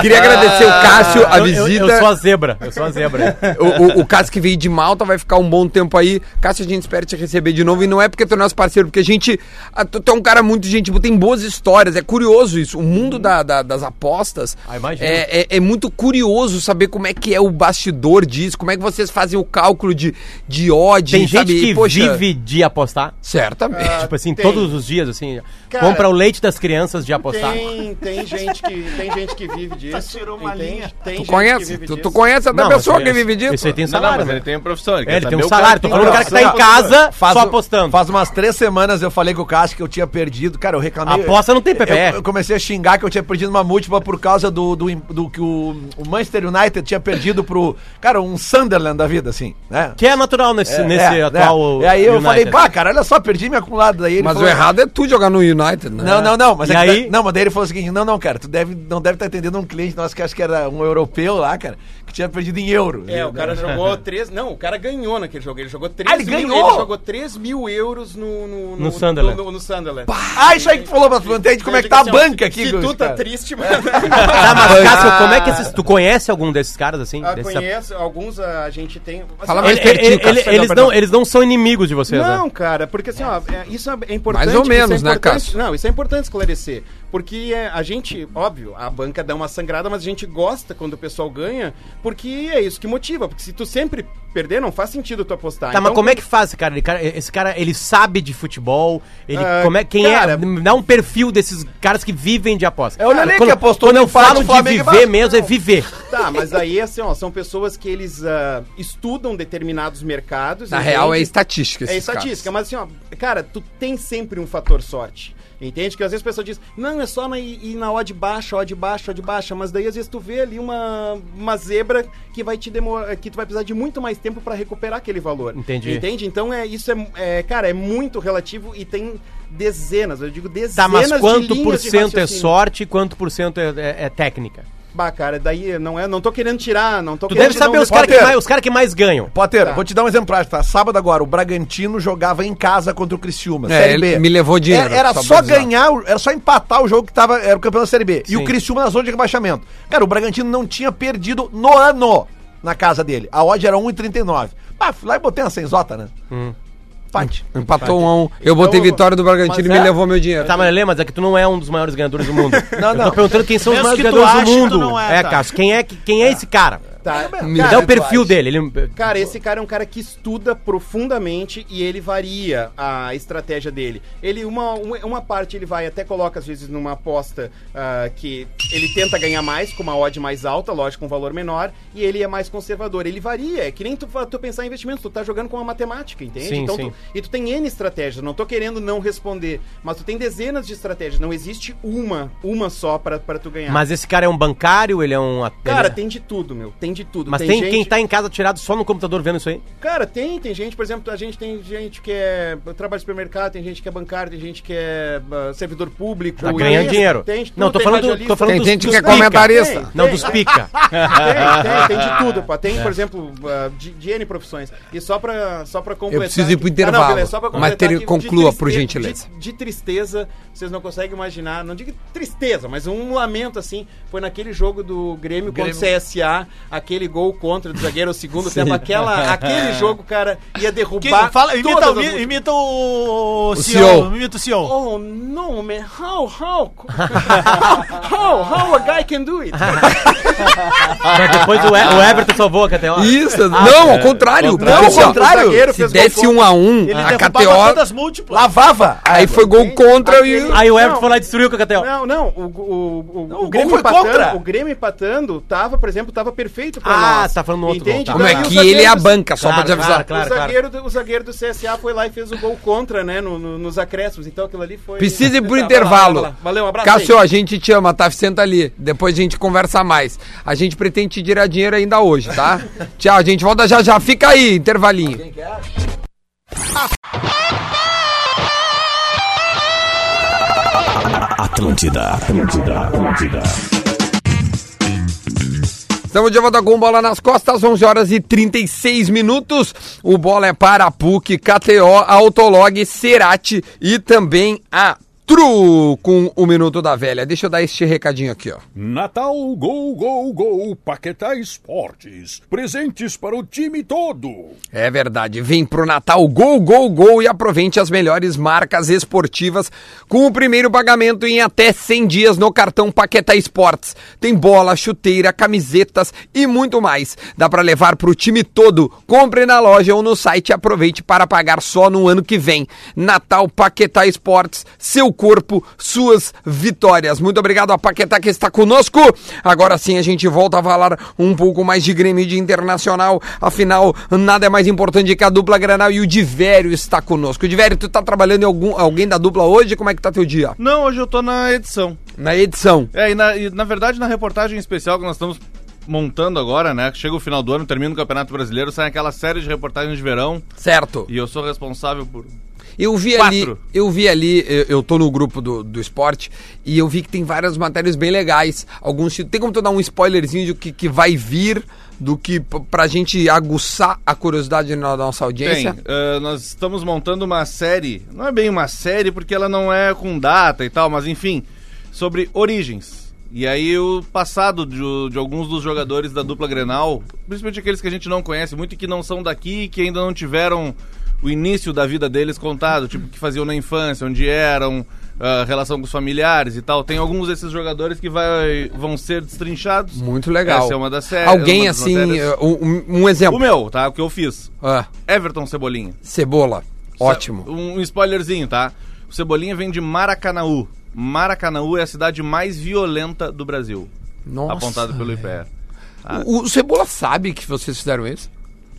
Queria agradecer o
Ah,
Cássio, a
Eu- eu-
visita.
Eu, sou a zebra. Eu sou
[laughs]
a zebra.
O, o- o Cássio que veio de Malta vai ficar um bom tempo aí. Cássio, a gente espera te receber de novo. E não é porque tu é nosso parceiro, porque a gente. a- tu, tu é um cara muito gente, boa, tem boas histórias. É curioso isso. O mundo da- da- das apostas
Ah, imagino.
é, é- é muito curioso saber como é que é o bastidor disso, como é que vocês fazem o cálculo de, de ódio,
Tem gente
sabe?
que
Poxa,
vive de apostar.
Certamente.
Tipo assim,
tem.
todos os dias, assim.
Cara,
compra o leite das crianças de apostar.
Tem, tem, gente que, tem gente que vive disso.
Tá, tirou uma
tem,
linha.
tem
tu
gente que
conhece?
vive
Tu, tu
disso.
conhece até
Não,
a
é
mas
pessoa que
conhece.
vive disso?
Esse aí tem
Não, não,
salário,
mas
né?
ele tem profissão.
É, ele
quer
tem
saber
um
o cara
salário.
que
Tô falando do cara que tá em casa só apostando.
Faz umas três semanas eu falei com o Cássio que eu tinha perdido. Cara, eu reclamei.
Aposta não tem
Eu- Eu,
PPR.
comecei a xingar que eu tinha perdido uma múltipla por causa do, do, do que o, o Manchester United tinha perdido pro. Cara, um Sunderland da vida, assim, né?
Que é natural nesse,
É,
nesse
é,
atual.
é. E aí eu
United.
falei, pá, cara, olha só, perdi minha acumulada. Daí ele
Mas o
falou,
errado é tu jogar no United, né?
Não, não, não. Mas
E
é que
aí-
da- não, mas daí ele falou o seguinte: não, não, cara, tu deve, não deve estar atendendo um cliente nosso que acho que era um europeu lá, cara, que tinha perdido em euro.
É, o cara jogou 3. Não, o cara ganhou naquele jogo. Ele jogou 3
Ah, ele
mil.
ganhou?
Ele jogou 3 mil euros no. No,
No Sunderland.
No, no Sunderland.
Ah, isso aí que tu falou, mas entende como é que tá a
Assim, ó,
banca aqui,
Se tu tá
cara. É. [laughs]
triste, mano.
Tá, mas Cássio, como é que esses. Tu conhece algum desses caras, assim?
Ah,
Desses-
conheço, alguns a, a gente tem. assim,
Fala
ó,
mais
Ele- ele-
pertinho,
ele-
Cássio,
eles,
perdão.
não, eles não são inimigos de vocês,
Não,
né?
cara, porque assim, ó, é, isso é importante.
Mais ou
isso
menos,
é
né,
importante-
Cássio?
Não, isso é importante esclarecer. Porque é, a gente, óbvio, a banca dá uma sangrada, mas a gente gosta quando o pessoal ganha, porque é isso que motiva. Porque se tu sempre perder, não faz sentido tu apostar.
Tá, mas
Então,
como é que faz, cara? Ele, cara? Esse cara, ele sabe de futebol, ele,
Ah,
como é, quem é?
cara-
Dá um perfil desses caras que vivem de aposta.
É o Lelê
quando,
que apostou
Quando
no
eu
empate
falo
do
de
Flamengo e
viver
Vasco,
mesmo, é viver.
Tá, mas aí, assim, ó, são pessoas que eles ah, estudam determinados mercados.
Na
entende?
real, é estatística.
É
esses caras.
estatística, mas assim, ó, cara, tu tem sempre um fator sorte. Entende? Que às vezes a pessoa diz, não, é só na, ir na odd baixa, odd baixa, odd baixa, mas daí às vezes tu vê ali uma, uma zebra que vai te demorar, que tu vai precisar de muito mais tempo pra recuperar aquele valor.
Entendi.
Entende? Então é isso é, é, cara, é muito relativo e tem dezenas, eu digo dezenas
Tá, mas quanto
linhas
por
de
cento é
raciocínio.
sorte e quanto por cento é, é- é técnica?
Bah, cara, daí não é, não tô querendo tirar, um não tô
Tu
querendo
deve saber os caras
caras
que, mais- os cara que mais ganham.
Potter,
Tá.
vou te dar um exemplo prático, tá? Sábado agora, o Bragantino jogava em casa contra o Criciúma, É,
É, ele me levou dinheiro,
Era, era
só
só,
pra avisar.
ganhar, o- era só empatar o jogo que tava, era o campeão da Série B. E
Sim.
o Criciúma na zona de rebaixamento. Cara, o Bragantino não tinha perdido no ano na casa dele. A odd era 1,39. Ah, fui lá e botei uma senzota, né?
Hum.
Empate.
Empatou um a um. Eu botei
Então,
vitória do Bragantino e me
mas é-
levou meu dinheiro.
Tá, mas Lelê, mas é que tu não é um dos maiores ganhadores do mundo.
Não,
Eu
não.
tô perguntando quem são os
Mesmo
maiores
que tu
ganhadores do
ache, tu
mundo.
não é,
é,
tá.
Cássio, quem é, que- quem é esse cara?
Tá,
Me
Me
Cara,
dá o
tu
perfil
acha?
dele. Ele,
Cara, esse cara é um cara que estuda profundamente e ele varia a estratégia dele. Ele, uma, uma uma parte ele vai até coloca, às vezes, numa aposta ah, que ele tenta ganhar mais, com uma odd mais alta, lógico, com um valor menor, e ele é mais conservador. Ele varia, é que nem tu, fa- tu pensar em investimentos, tu tá jogando com uma matemática, entende?
Sim,
então,
sim.
Tu, e tu tem N estratégias, não tô querendo não responder, mas tu tem dezenas de estratégias, não existe uma, uma só pra, pra tu ganhar.
Mas esse cara é um bancário, ele é um. at-
Cara,
ele-
tem de tudo, meu. Tem de tudo.
Mas tem,
gente-
quem tá em casa tirado só no computador vendo isso aí?
Cara, tem, tem gente, por exemplo, a gente tem gente que é trabalha em supermercado, tem gente que é bancário, tem gente que é ah, servidor público.
Tá ganhando
Tem-
dinheiro.
tem de tudo,
não, tô
tem
falando, do-
radialista,
tô falando
Tem
dos,
gente
dos
que é
pica.
comentarista.
Tem,
Não,
tem,
dos pica.
Tem, tem, tem de tudo, pá.
É.
Tem, por exemplo, ah, de, de N profissões. E só pra, só pra completar...
preciso ir pro
aqui-
intervalo,
Pelé, só pra
mas
completar
ter-
aqui, de
conclua, por
triste-
gentileza.
De, de tristeza, vocês não conseguem imaginar, não digo tristeza, mas um lamento, assim, foi naquele jogo do Grêmio, contra o CSA, aquele gol contra do zagueiro
[laughs]
o segundo tempo, aquela, aquele jogo, cara, ia
Que-
derrubar
fala, imita,
todas
o,
as
mi-
músicas.
imita o, CEO,
CEO.
Imita o CEO.
Oh no man, how, how, [laughs] how, how a guy can do it?
[laughs]
Mas depois o, E- o Everton salvou a KTO.
Isso,
Ah,
não,
é.
ao contrário.
contrário.
Porque, assim,
Não,
ó,
ao contrário.
Se desse um a um, a
derrubava
KTO.
todas múltiplas.
Lavava.
Aí foi gol contra e.
Aí o Everton
Não.
foi lá e destruiu com a KTO.
Não, não, o, o, o,
Não, o
o,
gol
Grêmio
foi
empatando,
contra.
o Grêmio empatando, tava, por exemplo, tava perfeito pra
Ah,
nós.
tá falando no outro gol,
Entende?
tá.
Como
Então,
é
e o
que ele é a
zagueiro-
banca, só pra te
Claro,
avisar.
claro,
o, zagueiro, do- o zagueiro do CSA foi lá e fez o gol contra, né, no, no- nos acréscimos, então aquilo ali foi...
Precisa ir pro
Tá, [laughs] vai lá,
intervalo.
vai lá. Valeu, um abraço aí.
Cássio, a gente te ama, tá? Senta ali. Depois a gente conversa mais. A gente pretende te tirar dinheiro ainda hoje,
[laughs]
tá? Tchau, a gente volta já já. Fica aí, intervalinho.
Atlântida, Atlântida, Atlântida.
Estamos de volta com bola nas costas, 11 horas e 36 minutos. O bola é para a PUC, KTO, Autolog, Cerati e também a Tru com o Minuto da Velha. Deixa eu dar este recadinho aqui, ó.
Natal Gol Gol Gol Paquetá Esportes. Presentes para o time todo.
É verdade. Vem pro Natal Gol, Gol, Gol e aproveite as melhores marcas esportivas com o primeiro pagamento em até 100 dias no cartão Paquetá Esportes. Tem bola, chuteira, camisetas e muito mais. Dá para levar pro time todo. Compre na loja ou no site e aproveite para pagar só no ano que vem. Natal Paquetá Esportes, seu corpo, suas vitórias. Muito obrigado a Paquetá que está conosco. Agora sim a gente volta a falar um pouco mais de Grêmio e de Internacional. Afinal, nada é mais importante que a dupla Granal e o Divério está conosco. Divério, tu tá trabalhando em algum, alguém da dupla hoje? Como é que tá teu dia?
Não, hoje eu tô na edição.
Na edição.
É, e na, e na verdade, na reportagem especial que nós estamos montando agora, né? que Chega o final do ano, termina o Campeonato Brasileiro, sai aquela série de reportagens de verão
Certo.
e eu sou responsável por.
Eu vi ali,
Quatro.
eu vi ali, eu, eu tô no grupo do, do esporte e eu vi que tem várias matérias bem legais. Alguns tem como tu dar um spoilerzinho do que, que vai vir, do que p- pra gente aguçar a curiosidade na nossa
Tem,
audiência?
eh, nós estamos montando uma série, não é bem uma série porque ela não é com data e tal, mas enfim, sobre origens. E aí o passado de, o- de alguns dos jogadores da dupla Grenal, principalmente aqueles que a gente não conhece muito e que não são daqui e que ainda não tiveram o início da vida deles contado, tipo, o que faziam na infância, onde eram, ah, relação com os familiares e tal. Tem alguns desses jogadores que vai, vão ser destrinchados.
Muito legal.
Essa é uma das séries.
Alguém
uma das
assim,
matérias.
eh, um, um
O
exemplo.
meu, tá? O que eu fiz.
Ah,
Everton Cebolinha.
cebola. Ótimo.
Um spoilerzinho, tá? O Cebolinha vem de Maracanaú. Maracanaú é a cidade mais violenta do Brasil,
Nossa. é.
apontado pelo IPR.
O, o Cebola sabe que vocês fizeram isso?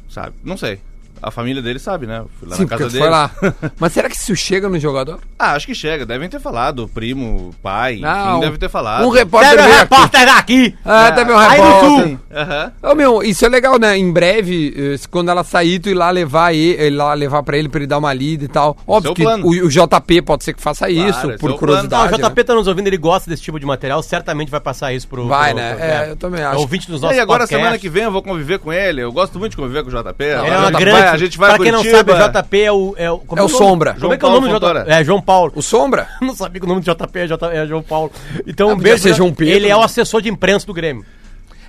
Sabe? Não sei. A família dele sabe, né? Eu Fui lá
Sim,
na
porque
casa
tu
dele.
foi
[laughs]
lá. Mas será que isso chega no jogador?
Ah, acho que chega. Devem ter falado. O primo, o pai,
Não.
enfim, deve ter falado.
Um repórter. veio aqui.
daqui!
Ah, tá meu
Aí no
repórter.
sul.
Aham.
Ô, meu, isso é legal, né? Em breve, eh, se- quando ela sair, tu ir lá levar ele, ir lá levar pra ele pra ele dar uma lida e tal. Óbvio
é o
que
plano.
o, o JP pode ser que faça isso,
esse
por
é
Não,
o plano.
o
curiosidade. né?
JP tá nos ouvindo, ele gosta desse tipo de material, certamente vai passar isso pro.
Vai,
pro-
né?
pro-
É, eu também acho.
É ouvinte dos nossos
e agora,
podcasts.
semana que vem, eu vou conviver com ele. Eu gosto muito de conviver com o JP.
Ele
a
é uma
gente
grande.
vai- a gente vai
pra quem não
Curitiba.
sabe, o JP é o. É o, como
É o
nome?
Sombra.
Como
João
é que é o nome
Paulo
do JP?
Fontoura.
É, João Paulo. [laughs]
O Sombra?
Não sabia que o nome do JP é, J, é João Paulo. Então,
Não,
um
podia
beijo.
ser
João
João Pedro.
Ele é o assessor de imprensa do Grêmio.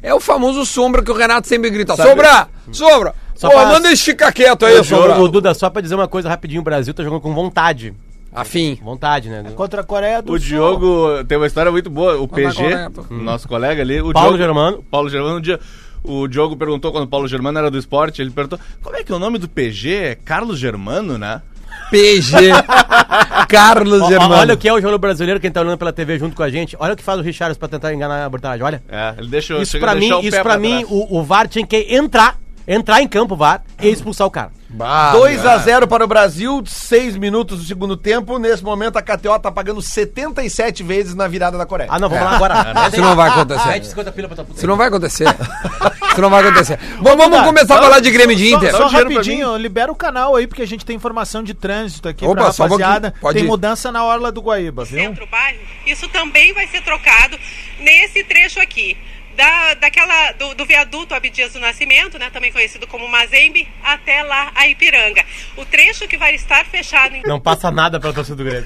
É o famoso Sombra que o Renato sempre grita. Sombra! Sombra!
Só
Pô,
pra-
manda ele ficar quieto aí,
o
Sombra.
jogo, Duda, só pra dizer uma coisa rapidinho, o Brasil tá jogando com vontade.
Afim.
Vontade, né?
Contra a Coreia do
O
Sul.
Diogo tem uma história muito boa. O PG,
correto.
nosso colega ali. O
Paulo
Diogo-
Germano.
Paulo Germano, um dia. O Diogo perguntou quando o Paulo Germano era do esporte, ele perguntou: como é que é o nome do PG? É Carlos Germano, né?
PG. Carlos
Ó, ó,
Germano.
olha o que é o jogo brasileiro, quem tá olhando pela TV junto com a gente. Olha o que faz o Richards pra tentar enganar a abordagem. Olha.
É, ele deixou
Isso pra mim, isso pra mim
O...
o, o VAR tinha que entrar, entrar em campo o VAR e expulsar o cara.
Bah,
Ah,
2x0 para o Brasil, 6 minutos do segundo tempo. Nesse momento, a KTO tá pagando 77 vezes na virada da Coreia.
Ah, não, vamos lá
[laughs]
agora.
Isso não vai acontecer.
Mete 50 pila pra tua puta.
Isso não vai acontecer. isso não vai acontecer. Bom, vamos começar a falar de Grêmio e de
Tá, Só-
Inter.
Só,
Dá o dinheiro pra
rapidinho, libera o canal aí, porque a gente tem informação de trânsito aqui
Opa,
pra
só um pouquinho.
rapaziada.
Pode
Tem
ir.
mudança na Orla do Guaíba,
é
viu?
centro bairro, isso também vai ser trocado nesse trecho aqui. Da, daquela, do, do viaduto Abdias do Nascimento, né, também conhecido como Mazembe, até lá a Ipiranga. O trecho que vai estar fechado em
Não passa nada pra torcida do Grêmio.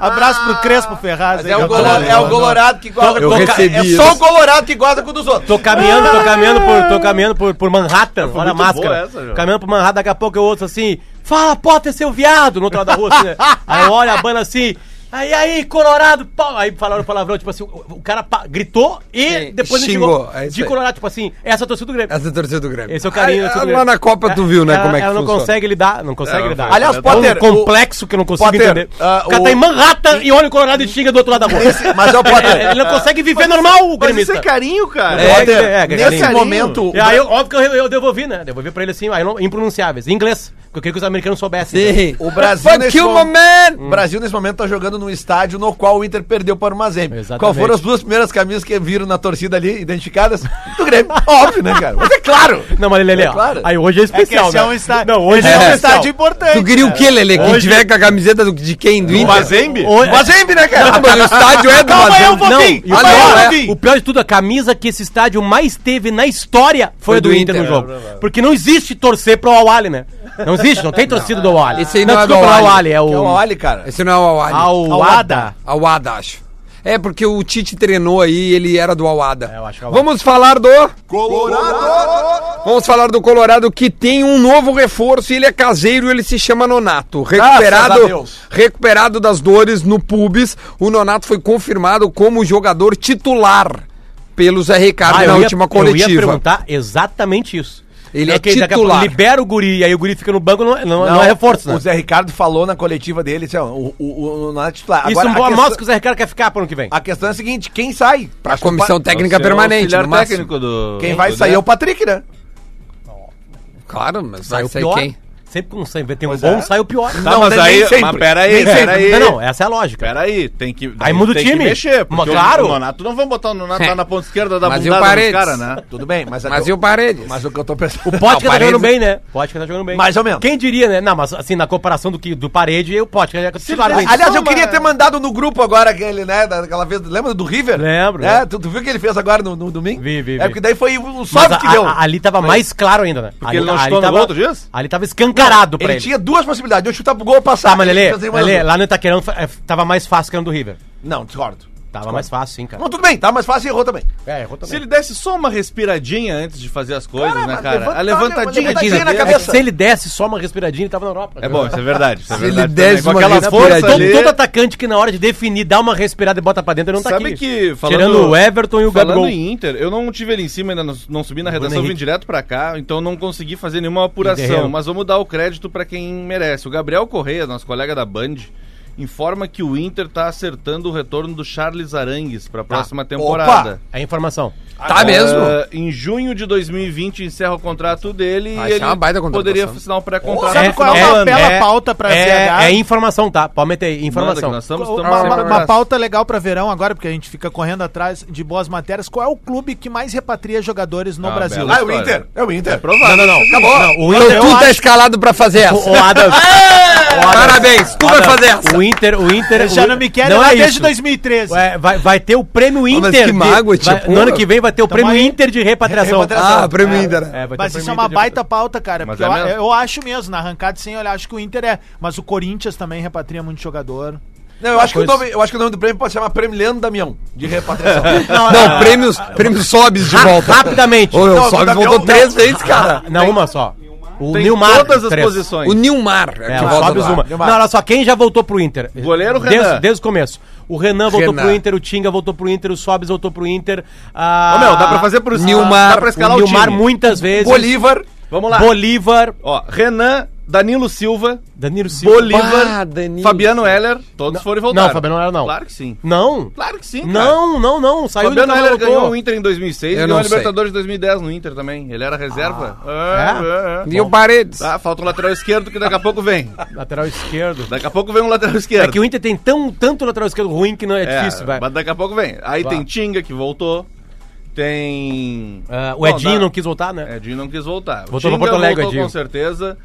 Abraço pro Crespo Ferraz. aí,
um
É o,
que
Golo- é o Colorado que gosta
Eu
com-
recebi
É
isso.
só o Colorado que gosta com um dos outros.
Tô caminhando, tô caminhando por, tô caminhando por, por Manhattan, olha a
muito boa
máscara.
essa, João.
caminhando por Manhattan, daqui a pouco eu ouço assim, fala Potter, seu viado, no outro lado da rua, assim,
[laughs]
né? Aí eu olho a banda assim, aí, aí, Colorado, pau. Aí falaram palavrão, tipo assim, o, o cara pa- gritou e
Sim,
depois ele
xingou,
xingou
é isso
de
aí.
Colorado, tipo assim, essa é a torcida do Grêmio.
Essa é a torcida do Grêmio.
Esse é o carinho da
Aí,
torcida do
Lá
Grêmio.
na Copa tu viu, né,
Ela-
como é que
Ela não
funciona.
consegue lidar, não consegue
É,
lidar.
aliás,
É um
Potter, o-
complexo que eu não consigo
Potter,
entender.
ah,
o cara
o-
tá em Manhattan e olha o Colorado e xinga do outro lado da rua.
Esse-
[laughs]
mas é o Potter.
Ele, ele não consegue viver normal, o
Mas isso
gremista.
é carinho, cara.
É,
Potter,
é, é,
nesse
carinho.
momento.
E aí, eu- óbvio que eu, eu devolvi, né? Devolvi pra ele assim, aí não, impronunciáveis, em inglês. Porque eu queria que os americanos soubessem.
Sim.
O Brasil
Fuck
nesse
you, my
momento-
man!
O Brasil, nesse momento, tá jogando num estádio no qual o Inter perdeu para o Mazembe.
Exatamente.
Qual foram as duas primeiras camisas que viram na torcida ali, identificadas? Do Grêmio. [laughs] Óbvio, né, cara? Mas é claro.
Não, mas ele ali,
É
ó.
claro.
Aí hoje é
É que
especial,
esse é um
né?
estádio.
Não, hoje
esse
é
é um
especial.
estádio importante.
Tu queria o que, Lele? Quem
Hoje-
tiver com a camiseta do- de quem? Do Inter?
Mazembe?
Hoje-
Mazembe, né,
Ah,
cara?
mas o estádio é do
Calma aí, eu
Mazembe.
vou
Não,
vir.
e o,
Ah,
pior,
não,
é-
é.
o pior de tudo, a camisa que esse estádio mais teve na história foi,
Foi
a do,
do
Inter,
Inter,
no jogo.
é
Porque não existe torcer pro Awali, né? Não existe, não tem torcida do
[laughs]
Awali.
Esse aí não é do
desculpa, não é o
Awali.
Awali, é
Que é o
o...
Oli, cara.
Esse não é o Awada.
Awada.
Awada, acho. É porque o Tite treinou aí, ele era do Awada.
É, eu acho que é o Awada.
Vamos falar do
Colorado!
Vamos falar do Colorado que tem um novo reforço, ele é caseiro, ele se chama Nonato.
Graças a
Recuperado,
Deus.
recuperado das dores no pubis, o Nonato foi confirmado como jogador titular pelo Zé Ricardo
Ah, eu
na
ia-
última
Eu ia
coletiva.
perguntar exatamente isso.
Ele é
que daqui a pouco
titular.
libera o guri, aí o guri fica no banco, não, não,
Não,
não é reforço, né?
O Zé Ricardo falou na coletiva dele, assim, ó, o, o, o, o Nonato é titular.
Isso é
Agora,
um
a,
bom
questão,
amostra que o Zé Ricardo quer ficar pro ano que vem.
a questão é a seguinte, quem sai?
A comissão técnica
Você é o
permanente,
auxiliar
no máximo.
técnico do.
Quem vai
do
sair é
Dé.
o Patrick, né?
Claro, mas vai
o
sair
pior.
quem?
Sempre que um sai, tem um bom, sai o pior.
Tá,
é. Não,
mas
nem-
aí.
nem sempre,
Mas peraí,
nem sempre.
peraí.
Não, não, essa é a lógica.
Peraí, tem que.
Aí muda o
tem
time.
Que mexer,
Mas
porque
claro.
O Nonato não vão botar o Nonato lá na ponta esquerda da
Mas e o
bundada dos
Paredes?
caras, né?
Tudo bem, mas...
é-
a-
Mas e o Paredes?
Mas o que eu tô [laughs] pensando...
Pode que
Ah,
tá jogando
Paredes-
bem, né? Pode que tá jogando bem.
Mais ou menos.
Quem diria, né? Não, mas assim, na comparação do, que, do parede, eu pode que é titular.
Ah, Aliás, eu queria ter mandado no grupo agora aquele, né? Daquela vez. Lembra do River?
Lembro,
É,
lembro.
tu, tu viu o que ele fez agora no, no domingo?
Vi, vi, vi.
É porque daí foi o
Mas
sorte que
a-
deu.
a- ali tava mais claro ainda, né? Porque
ele não chutou no gol, tu diz?
Ali tava escancarado
ele,
pra ele.
tinha duas possibilidades, eu chutar pro gol ou passar.
Tá, mas Lelê,
Ele fez nenhuma
Lelê,
das
lá no Itaquerão eh, tava mais fácil que no do River.
duas. Não, discordo.
Tava mais fácil, sim, cara.
Não, tudo bem, tá mais fácil e errou também.
É, errou também.
Se ele desse só uma respiradinha antes de fazer as coisas,
Cara,
né,
mas
cara?
levantar,
a levantadinha.
meu, uma
de-
levantadinha na
É que
cabeça.
se ele desse só uma respiradinha, ele tava na Europa.
É bom, isso é verdade. Isso é
Se ele
verdade
desse
também.
uma
Com aquela força
Todo,
respiradinha-
ali,
todo atacante que na hora de definir dá uma respirada e bota pra dentro, ele não tá
Sabe
aqui.
que, falando-
Tirando o Everton e o
Falando
Gabigol.
em Inter, eu não tive ele em cima, ainda não, não subi na redação, vim
Henrique.
direto pra cá, então não consegui fazer nenhuma
Guerreiro.
apuração, mas vamos dar o crédito pra quem merece. O Gabriel Correia, nosso colega da Band, informa que o Inter tá acertando o retorno do Charles Arangues pra próxima temporada.
É a informação.
Tá Ah, mesmo?
é.
Ah, em junho de 2020 encerra o contrato dele
Ah,
e
isso é
ele
uma baita
poderia
contratação.
assinar um pré-contrato.
Sabe
no
qual é
final
uma
do ano.
bela pauta pra ZH?
é, é informação, tá? Pode meter aí, informação.
Manda, que nós estamos- estamos
Uma,
sempre
uma-
pra
uma
trás.
pauta legal pra verão agora, porque a gente fica correndo atrás de boas matérias. Qual é o clube que mais repatria jogadores no
Ah,
Brasil?
bela.
Ah, é o Inter. É o Inter.
Não, não, não.
Acabou.
Não, é o
Então
Inter,
tu
eu
tá
acho-
escalado pra fazer essa.
o, o Adams. o Adams-
Parabéns, tu vai
Adams,
fazer essa.
O Inter, o Inter.
Eles já
o-
não me querem
não
lá
é
desde
isso.
2013.
Ué, vai, vai ter o prêmio
mas
Inter.
que mágoa,
vai-
tipo,
no ano que vem vai ter o prêmio
aí.
Inter de repatriação.
Repatriação.
Ah, prêmio Inter. né?
vai ter
Mas
o
isso
prêmio
é uma
Inter de
baita pauta, cara.
Mas
Porque
é
eu,
mesmo?
eu acho mesmo, na arrancada sem olhar, acho que o Inter é. Mas o Corinthians também repatria muito jogador.
Não, eu acho, que o
coisa-
nome, eu acho que o nome do prêmio pode chamar Prêmio Leandro Damião, de repatriação.
[laughs]
Não, prêmios, prêmios Sobes de volta.
Rapidamente.
Ô,
Não,
o
do
Sobes
Damião-
voltou três
não.
vezes, cara.
Não, uma só. O
Tem
Nilmar.
todas as
três.
posições.
O Nilmar é,
É,
que
o
volta
Fábio
do
Zuma.
ar.
Não, olha só, quem já voltou pro Inter?
Goleiro
desde,
Renan.
Desde o começo. O Renan voltou
Renan.
pro Inter, o Tinga voltou pro Inter, o Sobis voltou pro Inter.
Ô, meu, dá pra fazer
pro
pro
Nilmar,
dá pra escalar o,
Nilmar
time.
muitas vezes.
Bolívar.
Vamos lá.
Bolívar.
Ó, Renan, Danilo Silva,
Danilo Silva.
Bolívar,
Bah, Danilo.
Fabiano Heller, todos foram e voltaram.
Tipo, Ah, Não, Fabiano Heller não.
Claro que sim.
Não.
Claro que sim, cara.
Não, não, não. Saiu
Fabiano
nunca mais
Heller ganhou
voltou.
o Inter em
Eu
2006 e ganhou
não
a
sei.
Libertadores de 2010 no Inter também. Ele era reserva.
Ah,
É, é, é.
E o Paredes.
Tá, falta o lateral esquerdo que daqui a pouco vem.
Lateral esquerdo.
Daqui a pouco vem um lateral
É
esquerdo.
que o Inter tem tão, tanto lateral esquerdo ruim que não é,
É,
difícil, vai.
Mas daqui a pouco vem. Aí
Vai.
tem Tinga que voltou. Tem.
Ah, o
Bom,
Edinho
dá- É,
não quis voltar, né?
Edinho não quis voltar. O
Voltou pra
Tinga
Porto Alegre,
voltou
Edinho.
com certeza.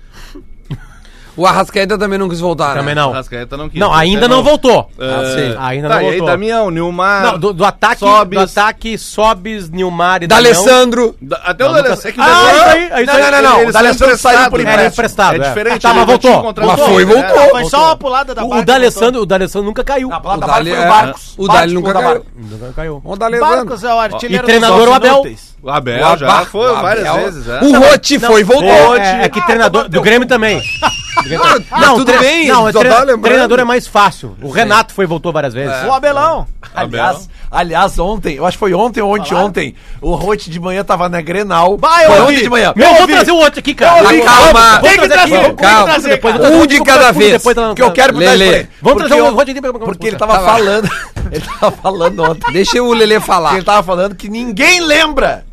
O Arrascaeta também não quis voltar,
Também
né?
não.
O Rascaeta não quis.
Não, ainda não voltou.
Ah,
sim.
Ainda
tá,
não
e aí
voltou.
Damião, Nilmar.
Não, do, do ataque,
Sobis.
do ataque, Sobis, Nilmar e
D'Alessandro.
Da- Até
Não,
o
nunca
Dalessandro.
sei.
É que o
Ah,
Dalessandro-
isso aí, é isso aí.
Não, não, não. O Dalessandro saiu por
Era
empréstimo.
emprestado, é.
É diferente.
Tá, mas
ele não tinha
voltou.
contrato.
Mas foi e
né?
voltou.
Foi só uma pulada da
O, o
barca,
D'Alessandro, tá o D'Alessandro nunca caiu.
O
da
Dali,
Barca foi
é,
o Barcos.
o
Barcos
Dali nunca
da
caiu.
Barca.
Nunca caiu.
O
botou. Barcos
D'Alessandro.
é o artilheiro
E treinador
dos
o Abel.
inúteis.
O Abel
O
já
Abel-
foi
o
várias
Abel-
vezes. é.
O Rotti foi, voltou.
É, é que treinador do Grêmio também.
Ah, tudo
tre-
bem,
Não, é
só
tre-
tá lembrando.
treinador é mais fácil. O Renato foi e voltou várias vezes.
O Abelão.
Aliás, aliás, ontem, eu acho que foi ontem ou anteontem, Assim, o Rote de manhã tava na Grenal.
Vai, eu
foi
ouvi.
ontem de manhã.
Meu, eu vou trazer o outro aqui, cara.
ouvi,
Vou-
calma.
vou
Tem que
trazer aqui.
trazer, calma.
Vamos trazer, depois eu
Um
trago
de
pro
cada
Brasil,
vez.
depois eu trago-
Que eu quero botar
Lele.
isso pra ele.
Vamos trazer
Porque
o
eu-
Rodrigo pra- pra-
Porque ele
pra-
tava falando, [laughs] ele tava falando ontem.
Deixa o Lelê
que
falar.
ele tava falando que ninguém lembra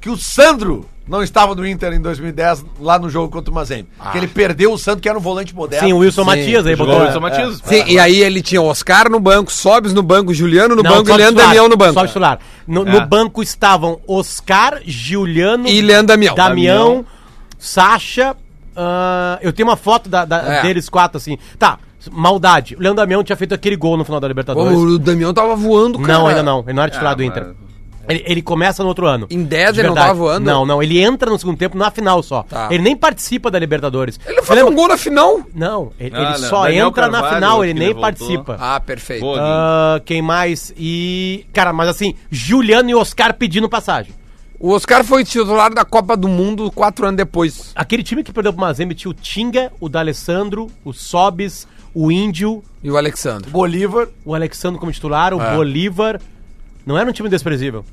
que o Sandro não estava no Inter em 2010, lá no jogo contra o Mazembe. Que ele perdeu o Sandro, que era um volante moderno.
Sim, o Wilson Matias aí
Jogou
botou. é.
o Wilson Matias.
Sim, e aí ele tinha Oscar no banco, Sobes no banco, Juliano no
Não,
banco e
só
Leandro
titular,
Damião no banco. É.
Só titular. No, no banco estavam Oscar, Giuliano
E Leandro Damião.
Damião, Sacha. ah, eu tenho uma foto da- da-
É.
deles quatro assim. Tá, maldade. O Leandro Damião tinha feito aquele gol no final da
Pô,
Libertadores.
o Damião tava voando, cara. É,
não, ainda não. Ele não era titular do
Ah,
Inter.
mas-
Ele, ele começa no outro ano.
Em 10
De
ele não
verdade.
tava voando?
Não, não. Ele entra no segundo tempo na final só.
Tá.
Ele nem participa da Libertadores.
Ele faz um gol na final.
Não, ele,
Ah,
ele
não.
só
Daniel
entra na
Carvalho,
final,
outro
ele
que
nem
ele voltou.
participa.
Ah, perfeito.
Boa,
Ah, quem mais? E. Cara, mas assim, Juliano e Oscar pedindo passagem.
O Oscar foi titular da Copa do Mundo quatro anos depois.
Aquele time que perdeu pro Mazembe tinha o Tinga, o D'Alessandro, o Sobis, o Índio,
E o Alexandre.
Bolívar.
o Alexandre como titular, o Bolívar. Não era um time desprezível.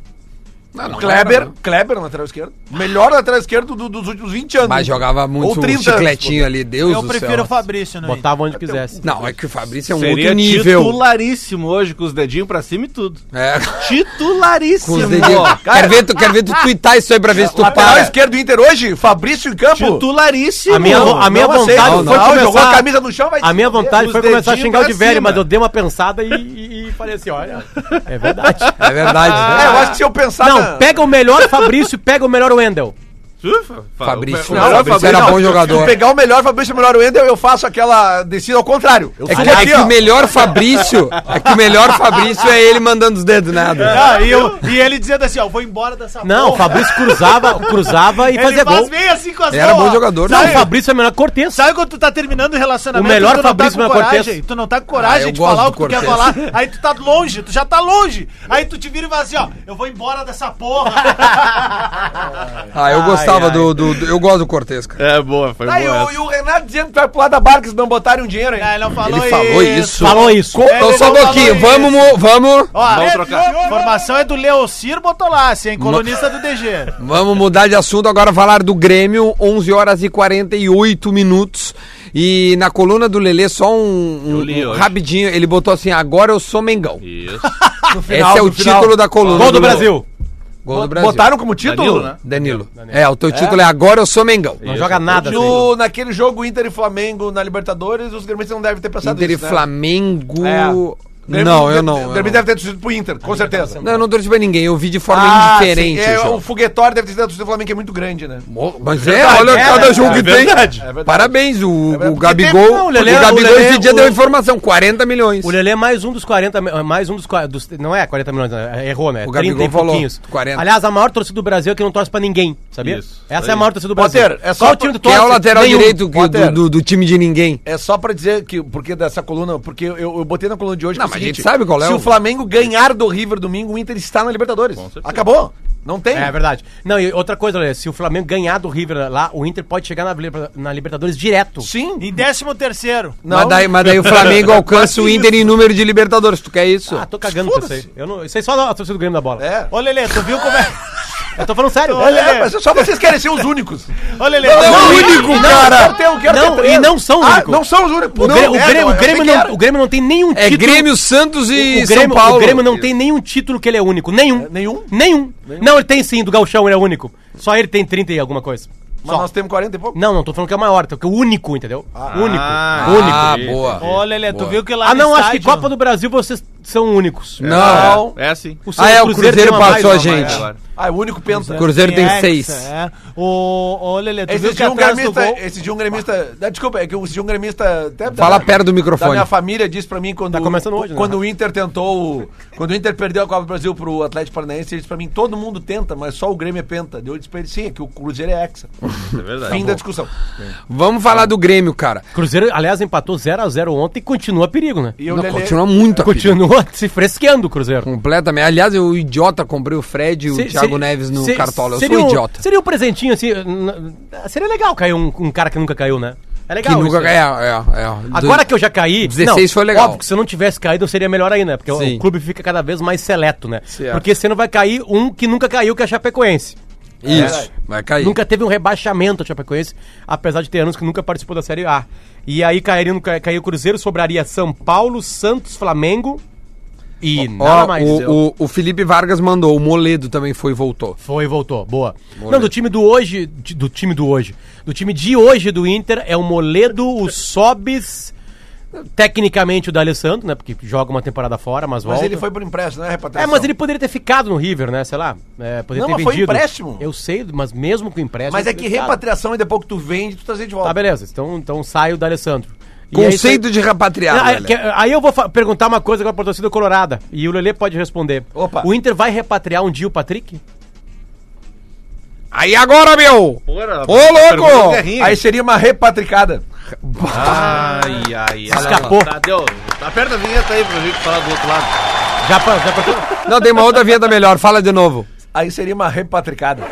Não, não
Kleber,
era, né? não.
Kleber um lateral esquerdo. Melhor lateral esquerdo do- dos últimos 20 anos.
Mas jogava muito
Ou
um
30 anos,
chicletinho ali, Deus
Eu
do
prefiro
céu.
o Fabrício no Inter.
Botava onde quisesse.
Não, é que o Fabrício é um
Seria
outro nível.
titularíssimo hoje, com os dedinhos pra cima e tudo.
É, [laughs] com
Titularíssimo!
os dedinhos. Quer ver, tu, quer ver tu tweetar isso aí pra ver se tu
Lateral
para.
esquerdo do Inter hoje, Fabrício em campo.
Titularíssimo!
A minha, a minha
não
vontade
aceito, não,
foi
não, jogou
começar.
a camisa no chão, vai
a minha vontade
os
foi começar a
dedinhos
xingar o
pra
de velho,
cima.
mas eu dei uma pensada e, e- e falei assim: olha, é verdade.
É verdade, né?
É, eu acho que se eu pensar.
Não, pega o melhor Fabrício, pega o melhor Wendel.
Ufa,
Fabrício.
Fabrício.
Não, o Fabrício era bom jogador.
Se eu pegar o melhor Fabrício e o melhor Wendel, eu faço aquela descida ao contrário. Eu
É que,
subo
é que
ó.
o melhor Fabrício, é que o melhor Fabrício é ele mandando os dedos nada.
Ah, e, eu- e ele dizendo assim, ó, vou embora dessa
Não, o
porra.
Fabrício cruzava, cruzava e
Ele
fazia
faz
gol.
bem assim com as
Era
mãos,
bom
ó.
jogador,
Não,
né?
o Fabrício é melhor que Cortez.
Sabe quando tu tá terminando o relacionamento?
O melhor
tu não
Fabrício
tá com
não é
coragem.
Cortez.
Tu não tá com
Ah,
coragem
eu
de
gosto
falar
do
o que tu quer
Cortez.
falar. Aí tu tá longe, tu já tá longe. Aí tu te vira e fala assim, ó, eu vou embora dessa porra.
Ah, eu gostava do, do, do- Eu gosto do Cortez, cara.
É boa, foi
Tá, e,
boa.
o, e o Renato dizendo que vai pro lado da barca se não botarem um dinheiro, hein?
Ah, ele não falou
Ele falou isso.
Falou isso.
Co- Então
Ele
só um
não
pouquinho.
falou
Vamos, mo- vamos.
Ó,
Vamos
é,
trocar.
viu? formação é do Leocir Botolassi, assim, hein? Colunista do DG.
Vamos mudar de assunto, agora falar do Grêmio, 11 horas e 48 minutos. E na coluna do Lelê, só um, um-
Eu li
um
hoje.
rapidinho, ele botou assim: agora eu sou Mengão. [laughs]
Isso.
Esse é o título da coluna.
Gol do Brasil.
Gol do Brasil.
Botaram como título?
Danilo,
Danilo.
né?
É, o teu título é Agora eu sou Mengão.
Não joga nada. assim.
No, naquele jogo Inter e Flamengo na Libertadores, os gremistas não devem ter pensado
Inter e
né? É.
Flamengo.
Grêmio-
Não, eu
O
não. Eu
Grêmio
não.
deve ter torcido pro Inter,
Tá
com certeza.
Não, eu não torci pra ninguém, eu vi de forma
Ah,
indiferente.
sim, é,
o
o
jogo.
Fuguetório deve ter sido a torcida do Flamengo, que é muito grande, né?
Mo- Mas é, olha
é
cada
verdade,
jogo
é
que tem.
verdade. É
verdade.
Parabéns, o, o
verdade.
Gabigol.
Não, o Lelê-
o Gabigol
o Lelê-
esse dia
o-
deu informação: 40 milhões.
O Lelê é mais um dos 40. mi- Mais um dos. qua- dos- não é 40 milhões, né? errou, né?
O Gabigol falou 40.
Aliás, a maior torcida do Brasil é que não torce pra ninguém, sabia?
Isso.
Essa
Aí.
é a maior torcida do Brasil.
Potter, é só
Qual time do
Que é o lateral
Nenhum.
direito que- do,
Potter.
do- do time de ninguém.
É só pra dizer que, porque dessa coluna, porque eu, eu botei na coluna de hoje.
Não,
que é o
mas a gente sabe qual é
Se
o-
o Flamengo ganhar do River domingo, o Inter está na Libertadores.
certeza.
Acabou. Não tem.
É verdade. Não, e outra coisa, Lelê, se o Flamengo ganhar do River lá, o Inter pode chegar na, Libra- na Libertadores direto.
Sim.
Em 13 terceiro.
Não.
Mas, daí, mas daí o Flamengo alcança o Inter em número de Libertadores. Tu quer isso?
Ah, tô cagando pra isso aí. Eu não, isso aí é só a torcida do Grêmio da bola.
É.
Ô, Lelê, tu viu como é...
Eu tô falando sério.
Olha,
É, mas só vocês querem ser os únicos.
Ô, Lelê,
Não,
É
tu
não,
viu-
único, cara. Eu tenho, quero
Não,
ter três.
e não são os
Ah,
únicos.
Não são os únicos.
O,
Não,
Grêmio, o
é,
Grêmio-
não,
o
eu achei
Grêmio
que
não,
era.
o Grêmio não tem nenhum
é Grêmio, Santos e
O Grêmio,
São Paulo.
o Grêmio não tem nenhum título que ele é único. Nenhum.
É, nenhum?
Nenhum. Não, ele tem sim, do Galchão ele é único. Só ele tem 30 e alguma coisa.
Mas nós temos 40 e pouco.
Não, não, tô falando que é o maior, tô- que é o único, entendeu? único.
Ah,
Ah,
único.
boa.
Ô, Lelê, tu
Boa.
viu que lá
Ah, não,
no
acho que
estádio-
Copa do Brasil vocês são únicos.
Não.
É assim.
Ah, é, o Cruzeiro
tem uma
passou
mais,
a
uma mais
gente.
agora.
Ah, é o único penta.
O Cruzeiro tem
Hexa,
seis.
É. O, ô, Lelê, tu
Esse
viu que
dia um
atrás do
gremista,
gol...
esse dia um gremista, ah, desculpa, é que esse dia um gremista até da-
Fala perto do
da
microfone.
minha família disse pra mim quando
Tá começando hoje, né?
quando o Inter tentou, o- quando o Inter perdeu a Copa do Brasil pro Atlético Paranaense, ele disse pra mim, todo mundo tenta, mas só o Grêmio é penta. Deu disse pra ele, sim, é que o Cruzeiro
[laughs]
é hexa.
É verdade.
Fim
Tá
da discussão.
Vamos falar do Grêmio, cara.
Cruzeiro, aliás, empatou 0x0 ontem e continua perigo, né?
E o
não,
Lelê-
continua muito a perigo.
Continua [laughs] se fresqueando o Cruzeiro.
Completamente. Aliás, eu idiota comprei o Fred e o
Se-
Thiago
se-
Neves no
se-
Cartola. Eu
seria
sou
um-
idiota.
Seria um presentinho assim. n- n- Seria legal cair um, um cara que nunca caiu, né? É legal.
que nunca
isso aí.
é, é, é.
Agora que eu já caí.
16 foi legal.
Óbvio que se eu não tivesse caído, eu seria melhor aí, né? Porque o-
Sim.
o clube fica cada vez mais seleto, né?
Certo.
Porque você não vai cair um que nunca caiu, que é a Chapecoense.
Isso, vai cair.
É Nunca teve um rebaixamento a Chapecoense, apesar de ter anos que nunca participou da Série A. E aí cairia, caiu o Cruzeiro, sobraria São Paulo, Santos, Flamengo e nada
Ó,
mais.
o, o- o Felipe Vargas mandou, o Moledo também foi e voltou.
Foi e voltou. Boa. Não, do time do hoje. de- Do time do hoje. Do time de hoje do Inter é o Moledo, o Sobis. Tecnicamente o D'Alessandro, né? Porque joga uma temporada fora, mas
Mas
volta.
ele foi por empréstimo, né, repatriação?
É, mas ele poderia ter ficado no River, né? Sei lá. É, poderia
Não,
ter
mas foi
vendido.
empréstimo.
Eu sei, mas mesmo com empréstimo.
Mas é
ele Tá,
que
ficava.
repatriação ainda é pouco tu vende, tu traz de volta.
Tá, beleza. Então, então sai o D'Alessandro. E aí Ah, é
Conceito
foi-
de rapatriado.
Aí,
Lelé.
que- aí eu vou fa- perguntar uma coisa agora pra torcida colorada. E o Lelê pode responder.
Opa.
O Inter vai repatriar um dia o Patrick?
Aí agora, meu!
Porra,
Ô, louco!
Aí seria uma repatricada.
Ai, ai, ai.
Escapou.
Tá, deu. Aperta a vinheta aí pra gente falar do outro lado.
Já, pa- já passou?
Não, tem uma outra vinheta melhor, fala de novo.
Aí seria uma repatricada.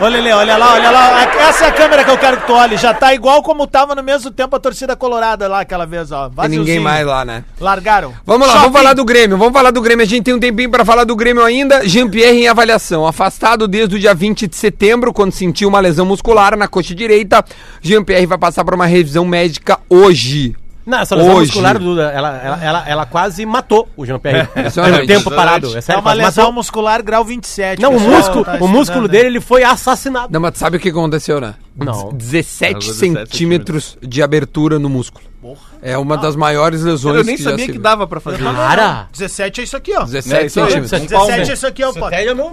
Ô, Lelê, olha lá, olha lá. A- Essa é a câmera que eu quero que tu olhe. Já tá igual como tava no mesmo tempo a torcida colorada lá aquela vez, ó.
Tem ninguém
Vaziozinho.
mais lá, né?
Largaram.
Vamos lá,
Só
vamos
fim.
falar do Grêmio, vamos falar do Grêmio. A gente tem um tempinho pra falar do Grêmio ainda. Jean-Pierre em avaliação, afastado desde o dia 20 de setembro, quando sentiu uma lesão muscular na coxa direita. Jean-Pierre vai passar por uma revisão médica hoje.
Não, essa lesão
Hoje.
muscular, Duda, ela, ela, ela, ela quase matou o Jean-Pierre.
impressionante.
Pelo tempo parado. É
É
sério,
uma
quase
lesão
matou.
muscular grau 27.
Não, o
pessoal
músculo,
tá
o músculo
estudando,
dele ele foi assassinado.
Não, mas tu sabe o que aconteceu, né?
Não.
17
17
centímetros de abertura no músculo. É uma das maiores lesões
Eu nem
já
sabia
se
que
viu.
dava pra fazer isso.
Cara!
17 é isso aqui, ó.
17
aí.
centímetros.
17 é isso aqui, ó, pô.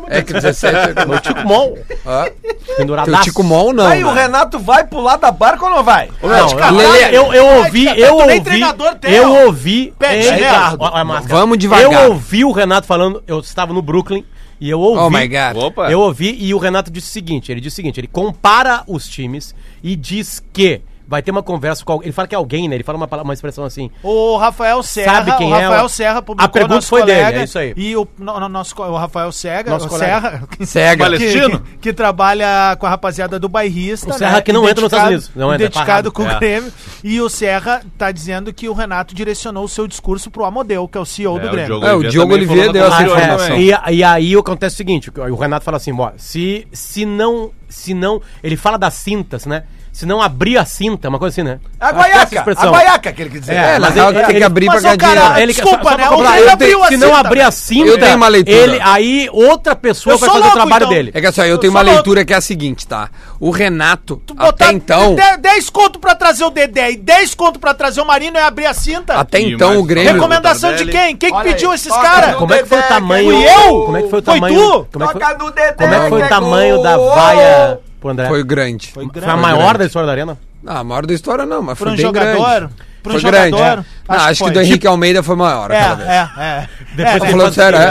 É que 17 é...
Meu Tico Mol.
Ah,
Penduradaço.
teu Tico Mol não,
Tá Aí o
né?
Renato vai pular da barca ou não vai? É,
Não,
Caralho,
Lelê, eu, eu ouvi, eu
tu nem
ouvi,
treinador tem, ó.
eu ouvi,
Pet,
Ei,
né,
Ricardo, ó, ó, a máscara.
Vamos devagar.
Eu ouvi o Renato falando, eu estava no Brooklyn e eu ouvi.
Oh my God.
Opa.
Eu ouvi e o Renato disse o seguinte, ele disse o seguinte, ele compara os times e diz que vai ter uma conversa com alguém, ele fala que é alguém, né? Ele fala uma palavra- uma expressão assim.
O Rafael Serra,
Sabe quem
o
é?
Rafael Serra publicou
A pergunta
nosso
foi dele,
colega,
é isso aí.
E o no- no- nosso co- o Rafael Serra,
Nosso
o
colega.
Serra, [laughs] que-
Cega.
Vale- Palestino?
que, que trabalha com a rapaziada do bairrista, né?
O Serra que não entra nos
Identificado-
Estados Unidos, não entra, é parado.
Identificado com o
É.
Grêmio. E o Serra tá dizendo que o Renato direcionou o seu discurso pro Amodeu, que é o CEO do
o
Grêmio.
Diogo
É, o Diogo
também
Oliveira
falou da
deu essa
Ah,
Lazio
é.
informação.
também.
E, a- e aí acontece o seguinte, o Renato fala assim, ó, se, se não, se não, ele fala das cintas, né? Se não abrir a cinta, uma coisa assim, né?
A
Acho que essa
guaiaca, a
expressão.
guaiaca que ele quer dizer.
É,
na
mas
real,
ele-
tem que
ele-
abrir pra
mas, ô,
ganhar dinheiro.
cara,
Ele-
desculpa,
só- só
né?
pra
O
completar,
Grêmio
eu tenho-
abriu a
Se não
cinta.
abrir a cinta,
Eu tenho uma leitura.
Ele, aí outra pessoa
Eu
vai
sou
fazer
louco,
o trabalho
então.
dele.
É que assim, ó, eu tenho
só
uma
não-
leitura que é a seguinte, tá? O Renato,
Tu
até
botar
então...
10, 10 conto pra trazer o Dedé e 10 conto pra trazer o Marino é abrir a cinta.
Até
E
então
mais-
o Grêmio...
Recomendação de
Tardelli.
quem? Quem que
Olha aí,
pediu esses
toca
caras?
no
Como é que foi o
Dedé,
tamanho?
Fui eu?
Como é que foi o
Foi
tamanho?
tu?
Como é que
Toca
foi,
no Dedé,
como é que foi
que é
o tamanho
gol!
da vaia pro André?
Foi
Foi,
grande.
Foi grande.
a
Foi
maior
grande.
da história da arena?
Não, a maior da história não, mas foi
Pra um
bem
jogador.
grande.
Pra um
foi
jogador.
grande. é. Não, Acho, que
foi.
do Henrique Almeida foi maior.
[laughs]
É,
aquela vez.
é, é.
Depois
é,
ele
falando sério,
é, é,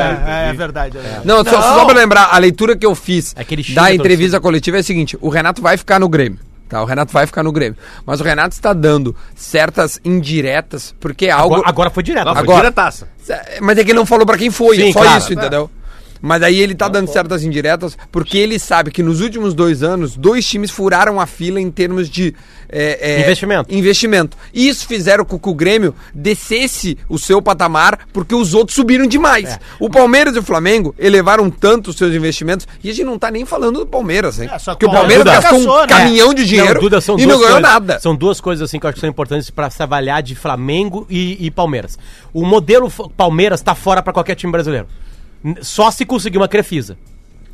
é verdade. É verdade.
Não, Só, só pra lembrar, a leitura que eu fiz
É Aquele xinga
da
a
entrevista coletiva é a seguinte: o Renato vai ficar no Grêmio. Tá, o Renato vai ficar no Grêmio. Mas o Renato está dando certas indiretas, porque é algo.
Agora, agora foi direto.
Não, foi
Agora-
diretaça.
Mas é que ele não falou pra quem foi,
Sim,
é só
claro.
isso, entendeu? Mas aí ele tá dando certas indiretas, porque ele sabe que nos últimos dois anos, dois times furaram a fila em termos de... é, é,
Investimento.
Investimento. E isso fizeram com que o Grêmio descesse o seu patamar, porque os outros subiram demais.
É.
O Palmeiras e o Flamengo elevaram tanto os seus investimentos, e a gente não tá nem falando do Palmeiras, hein?
É, só que
Porque o
o Palmeiras
Palmeiras gastou
fracassou,
um
né?
caminhão de dinheiro
É. Não, Duda, são
e
duas
não ganhou
coisas-
nada.
São duas coisas assim que eu acho que são importantes pra se avaliar de Flamengo e, e Palmeiras. O modelo F- Palmeiras tá fora pra qualquer time brasileiro. N- Só se conseguir uma Crefisa.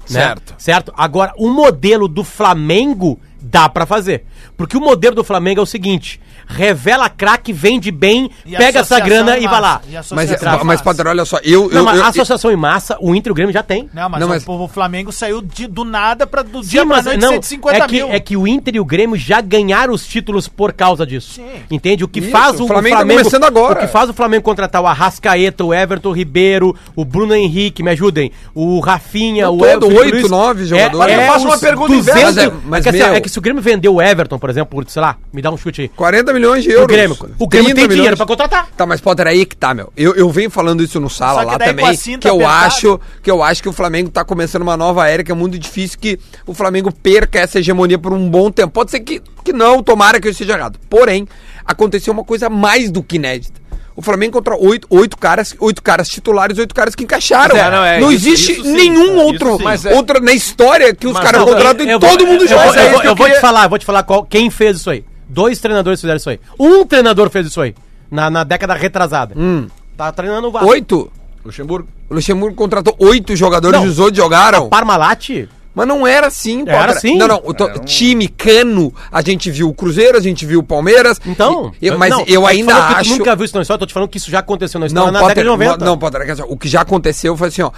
né?
Certo.
Certo? Agora, o modelo do Flamengo dá pra fazer. Porque o modelo do Flamengo é o seguinte: revela craque, vende bem,
E
pega essa
associação
grana
em
e
massa.
vai lá.
E associação
Mas, é,
em massa.
mas Padre, olha só, eu...
Não,
eu,
mas
eu-
a associação em massa, o Inter e o Grêmio já tem.
Não, mas,
Não,
o-
mas-
O, Flamengo saiu de- do nada pra, do
Sim,
dia pra
mas
noite
não,
150
é que,
mil.
é que o Inter e o Grêmio já ganharam os títulos por causa disso.
Sim.
Entende? O que
Isso,
faz
o
o,
Flamengo tá começando agora.
O que faz o Flamengo contratar o Arrascaeta, o Everton Ribeiro, o Bruno Henrique, me ajudem, o Rafinha,
Não
o
todo,
Everton
oito, nove jogadores.
É,
Olha,
é
eu faço uma
uns
pergunta
200,
inversa.
é,
Mas,
que assim,
meu-
é que se o Grêmio vendeu o Everton, por exemplo, por, sei lá, me dá um chute aí.
40 milhões de euros.
O Grêmio, o
30
Grêmio tem dinheiro
milhões.
pra contratar.
Tá, mas Potter, aí que tá, meu. Eu, eu venho falando isso no sala
Só que
lá
daí
também,
com a cinta
que eu
apertada.
acho que eu acho que o Flamengo tá começando uma nova era, que é muito difícil que o Flamengo perca essa hegemonia por um bom tempo. Pode ser que, que não, tomara que eu esteja errado. Porém, aconteceu uma coisa mais do que inédita. O Flamengo contra oito, oito caras, oito caras titulares, oito caras que encaixaram.
Mas é, não, é, isso-
existe
isso sim,
nenhum
isso
outro,
sim. Mas é-
outra na história que os caras
Não,
contratam e
eu-
todo
eu-
mundo
eu-
joga.
Eu,
É
eu-
isso que
eu vou
queria-
te falar, vou te falar qual, quem fez isso aí. Dois treinadores fizeram isso aí. Um treinador fez isso aí. Na, na década retrasada.
Hum.
Tá treinando o Vasco.
Oito?
Luxemburgo.
O Luxemburgo contratou oito jogadores,
Não.
os outros jogaram.
Parmalat
Mas não era assim,
Era assim.
Não, não. o to- Time, cano, a gente viu o Cruzeiro, a gente viu o Palmeiras.
Então,
E- eu- mas
não,
eu
tu
ainda
falou que tu
acho.
nunca viu isso na história, tô te falando que isso já aconteceu na história
Não,
Tá na
Potter,
década de 90.
não, Potter, é que assim, o que já aconteceu foi assim, ó,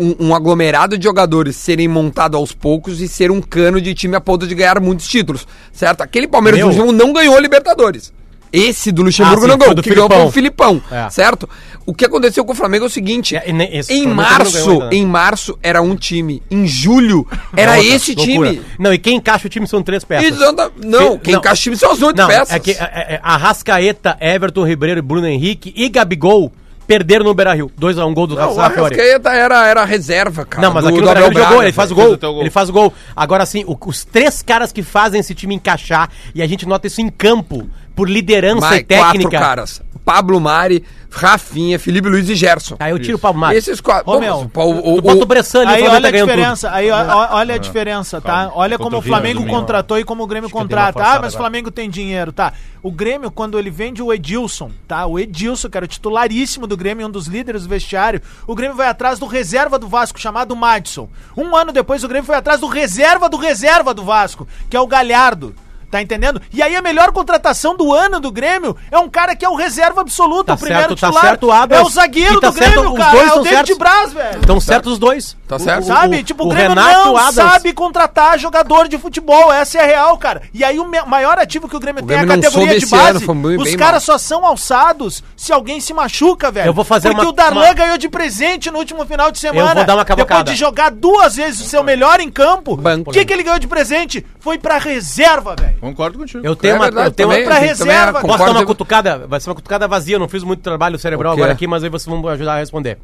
um, um aglomerado de jogadores serem montado aos poucos e ser um cano de time a ponto de ganhar muitos títulos, certo? Aquele Palmeiras
Meu.
do Luxemburgo não ganhou a Libertadores. Esse do Luxemburgo
Ah, sim,
não
foi
ganhou,
do
que ganhou com o Filipão,
É.
certo? O que aconteceu com o Flamengo é o seguinte,
É, e nem- esse
em
Flamengo também não
março,
ganhou ainda, né? É
em março era um time, em julho era
Outra,
esse
loucura.
time.
Não, e quem encaixa o time são três peças.
E não, dá- não, quem
Não.
encaixa o time são as oito
Não,
peças.
é que é, é, Arrascaeta, Everton Ribeiro, e Bruno Henrique e Gabigol perderam no Beira-Rio. 2x1 gol do
Não, o
Rafa Fiori.
Arrascaeta tá, era, era reserva, cara.
Não, mas
do-
aqui
do
no
Abel
Brasil ele jogou,
Braga,
ele faz o
fez
gol,
o teu gol.
ele faz o gol. Agora sim, o- os três caras que fazem esse time encaixar, e a gente nota isso em campo, por liderança
Mai-
e técnica.
Quatro caras. Pablo Mari, Rafinha, Felipe Luiz e Gerson.
Aí eu tiro o Pablo Mari.
Esses quatro.
Ô, meu,
Bom, o, o,
Tu bota o Bressan ali,
Aí
o Flamengo
olha
tá
a
ganhando tudo.
diferença, aí ó- ó- olha
Ah,
a diferença, tá?
Calma.
Olha
Contra
como
o
o
River
Flamengo
domingo.
contratou e como o Grêmio
que eu dei uma
contrata. Ah,
forçada
mas o
agora.
Flamengo tem dinheiro, tá? O Grêmio, quando ele vende o Edilson, tá? O Edilson, que era o titularíssimo do Grêmio, um dos líderes do vestiário, o Grêmio vai atrás do reserva do Vasco, chamado Madison. Um ano depois, o Grêmio foi atrás do reserva do reserva do Vasco, que é o Galhardo. Tá entendendo? E aí a melhor contratação do ano do Grêmio é um cara que é o reserva absoluto,
Tá
o primeiro
certo, tá
titular.
certo, Adams.
é o zagueiro
E tá
do Grêmio,
certo, os
cara.
dois
é o
são
David
certos.
Braz, velho.
Estão certos os dois.
Tá certo.
o-
Sabe? Tipo, o,
o
Grêmio
Renato
não
Adams.
sabe contratar jogador de futebol. Essa é a real, cara. E aí o me- maior ativo que o Grêmio,
O
tem é a
Grêmio não soube
categoria de
esse ano,
base.
foi bem-
Os
bem
caras só são alçados se alguém se machuca, velho.
Eu vou fazer
Porque
uma-
o Darlan
uma-
ganhou de presente no último final de semana.
Eu vou dar uma Um cavacada.
Depois de jogar duas vezes o seu melhor em campo.
Banco.
O que, que ele ganhou de presente? Foi pra reserva, velho.
Concordo contigo.
Eu
É
tenho uma.
né,
eu tenho uma
também. pra reserva.
Posso
Posso dar uma cutucada? Vai ser uma cutucada vazia, eu não fiz muito trabalho cerebral
Ok.
agora aqui, mas aí vocês vão me ajudar a responder.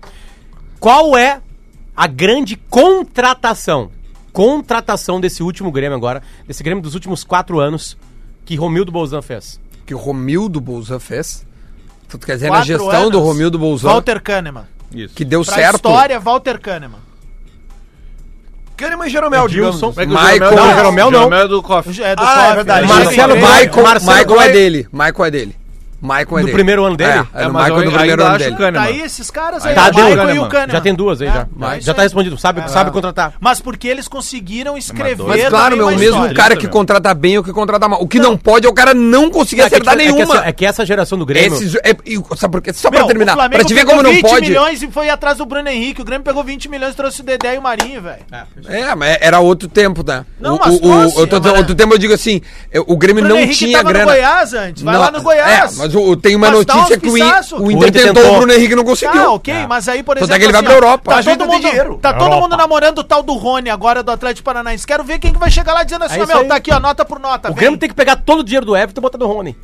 Qual é a grande contratação? Contratação desse último Grêmio agora, desse Grêmio dos últimos quatro anos, que Romildo Bolzan fez.
Que o Romildo Bolzan fez. Tu quer dizer, na
Quatro
gestão
anos.
do Romildo Bolzan,
Walter Kahneman.
Isso.
que deu
Pra
certo.
história, Walter Kahneman.
Kahneman e Jeromel, digamos.
Como é que o
Michael-
Jeromel-
Não,
Não,
Jeromel não.
Jeromel é do Coffee.
É do
Ah, é
Sof,
verdade.
né?
Marcelo
Ele-
Maicon.
Michael,
Marcelo
Michael é
Maicon.
dele. Michael é dele. Michael é
No
dele.
primeiro ano dele?
É, é,
É,
no
mas eu
Michael do
ainda
primeiro ano
acho
dele.
o Kahneman.
Tá aí esses caras aí,
Tá,
o Maicon
deu.
e o Kahneman.
Já tem duas aí,
Né?
já.
é isso
já tá
aí.
respondido. Sabe,
É.
sabe contratar.
Mas porque eles conseguiram escrever.
Mas claro,
também
meu, o
é uma
mesmo
história.
cara que
meu.
contrata bem ou que contrata mal. O que não, pode é o cara não conseguir
É que,
acertar
é que assim,
nenhuma.
é que essa geração do Grêmio.
Esses- é- e- sabe por quê? Só
Meu,
pra terminar,
o Flamengo
pra te ver
pegou
como não
20
pode.
milhões e foi atrás do Bruno Henrique. O Grêmio pegou 20 milhões e trouxe o Dedé e o Marinho, velho.
É, mas era outro tempo, né?
Não,
o,
mas
o- o-
trouxe,
eu tô dizendo,
mas-
outro tempo eu digo assim, eu- o
O
Grêmio
Bruno
não
Henrique
tinha
tava
grana.
no Goiás antes. Vai
Não,
lá no Goiás.
É, mas o, tem uma
Mas tá um dá
notícia
uns
que o, In-
pisaço.
o Inter
O Inter
tentou, o
tentou.
Bruno Henrique não
Tá,
conseguiu.
ok, mas aí, por
Tanto
exemplo.
é que ele vai
assim,
pra
ó,
Europa.
Tá
Mas
todo,
não tem
mundo,
dinheiro.
tá todo
Europa.
mundo namorando o tal do Rony agora do Atlético Paranaense. Quero ver quem que vai chegar lá dizendo assim:
É
ó,
isso
meu,
aí.
tá aqui, ó, nota por nota.
O
vem.
Grêmio tem que pegar todo o dinheiro do Everton e botar no Rony.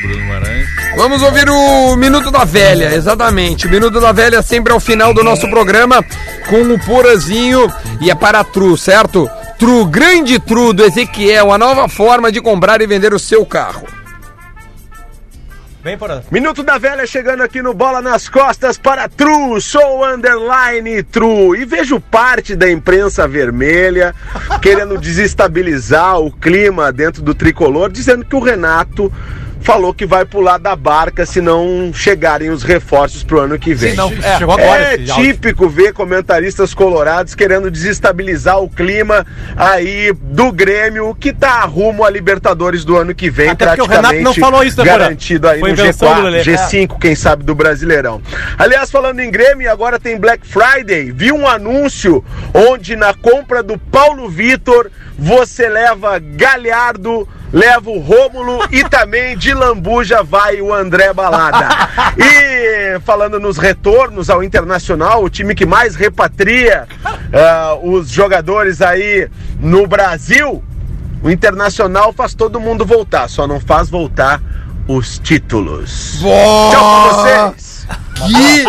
Bruno Guimarães.
Vamos ouvir o Minuto da Velha, exatamente. O Minuto da Velha sempre ao final do nosso programa com o Porazinho e é para a Tru, certo? Tru, grande Tru do Ezequiel, a nova forma de comprar e vender o seu carro.
Vem, Porã.
Minuto da Velha chegando aqui no Bola nas Costas para True, sou underline True. E vejo parte da imprensa vermelha querendo desestabilizar o clima dentro do tricolor, dizendo que o Renato falou que vai pular da barca se não chegarem os reforços pro ano que vem.
É, Chegou agora.
É
esse áudio.
típico ver comentaristas colorados querendo desestabilizar o clima aí do Grêmio, que tá rumo a Libertadores do ano que vem,
Até porque o
praticamente
Renato não falou isso, né, Porã?
garantido aí
Foi
no
invenção do
G4,
Lelê. É.
G5, quem sabe do Brasileirão. Aliás, falando em Grêmio, agora tem Black Friday. Vi um anúncio onde na compra do Paulo Vitor, você leva Galhardo, leva o Rômulo e também de Lambuja vai o André Balada. E falando nos retornos ao Internacional,
É.
o time que mais repatria ah, os jogadores aí no Brasil, o Internacional faz todo mundo voltar, só não faz voltar os títulos. Tchau pra vocês!
Que...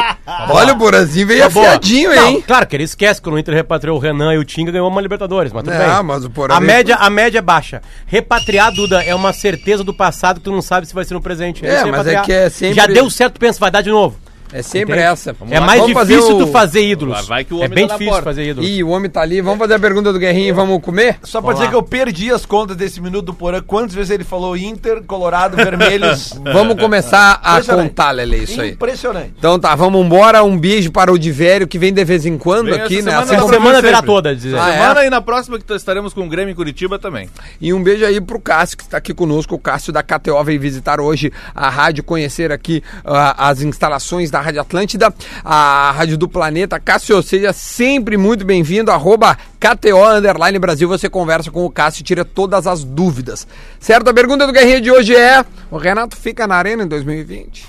Olha, o Porazinho veio afiadinho, hein?
Tá Não, claro que ele esquece quando o Inter repatriou o Renan e o Tinga ganhou uma Libertadores, mas tudo
Não,
bem.
mas o Porã
a,
veio-
média, a média é baixa. Repatriar, Duda, é uma certeza do passado que tu não sabe se vai ser no presente.
É,
isso
mas é
repatriar.
que é sempre-
Já deu certo, tu pensa, vai dar de novo.
É sempre
Entende?
essa.
Vamos É lá. mais
Vamos
difícil
fazer
tu fazer ídolos.
Vai que o
É
homem
bem
tá na
difícil
porta.
fazer ídolos.
Ih, o homem tá ali. Vamos fazer a pergunta do Guerrinho e vamos comer?
Só pra dizer que eu perdi as contas desse minuto do Porã. Quantas vezes ele falou Inter, Colorado, Vermelhos?
[laughs]
É.
Vamos começar a
Impressionante.
contar, Lele, isso aí.
Impressionante.
Então tá, vamos embora. Um beijo para o Divério, que vem de vez em quando
Vem
aqui, né?
essa semana
Essa
dá pra
semana-
vir sempre.
era toda, diz ele.
Ah, é?
Semana e na próxima que t- estaremos com o Grêmio em Curitiba também.
E um beijo aí pro Cássio, que está aqui conosco. O Cássio da KTO veio visitar hoje a rádio, conhecer aqui ah, as instalações da Rádio Atlântida, a Rádio do Planeta. Cássio, seja sempre muito bem-vindo. Arroba KTO Underline Brasil. Você conversa com o Cássio e tira todas as dúvidas. Certo? A pergunta do Guerrinha de hoje é: O Renato fica na arena em 2020?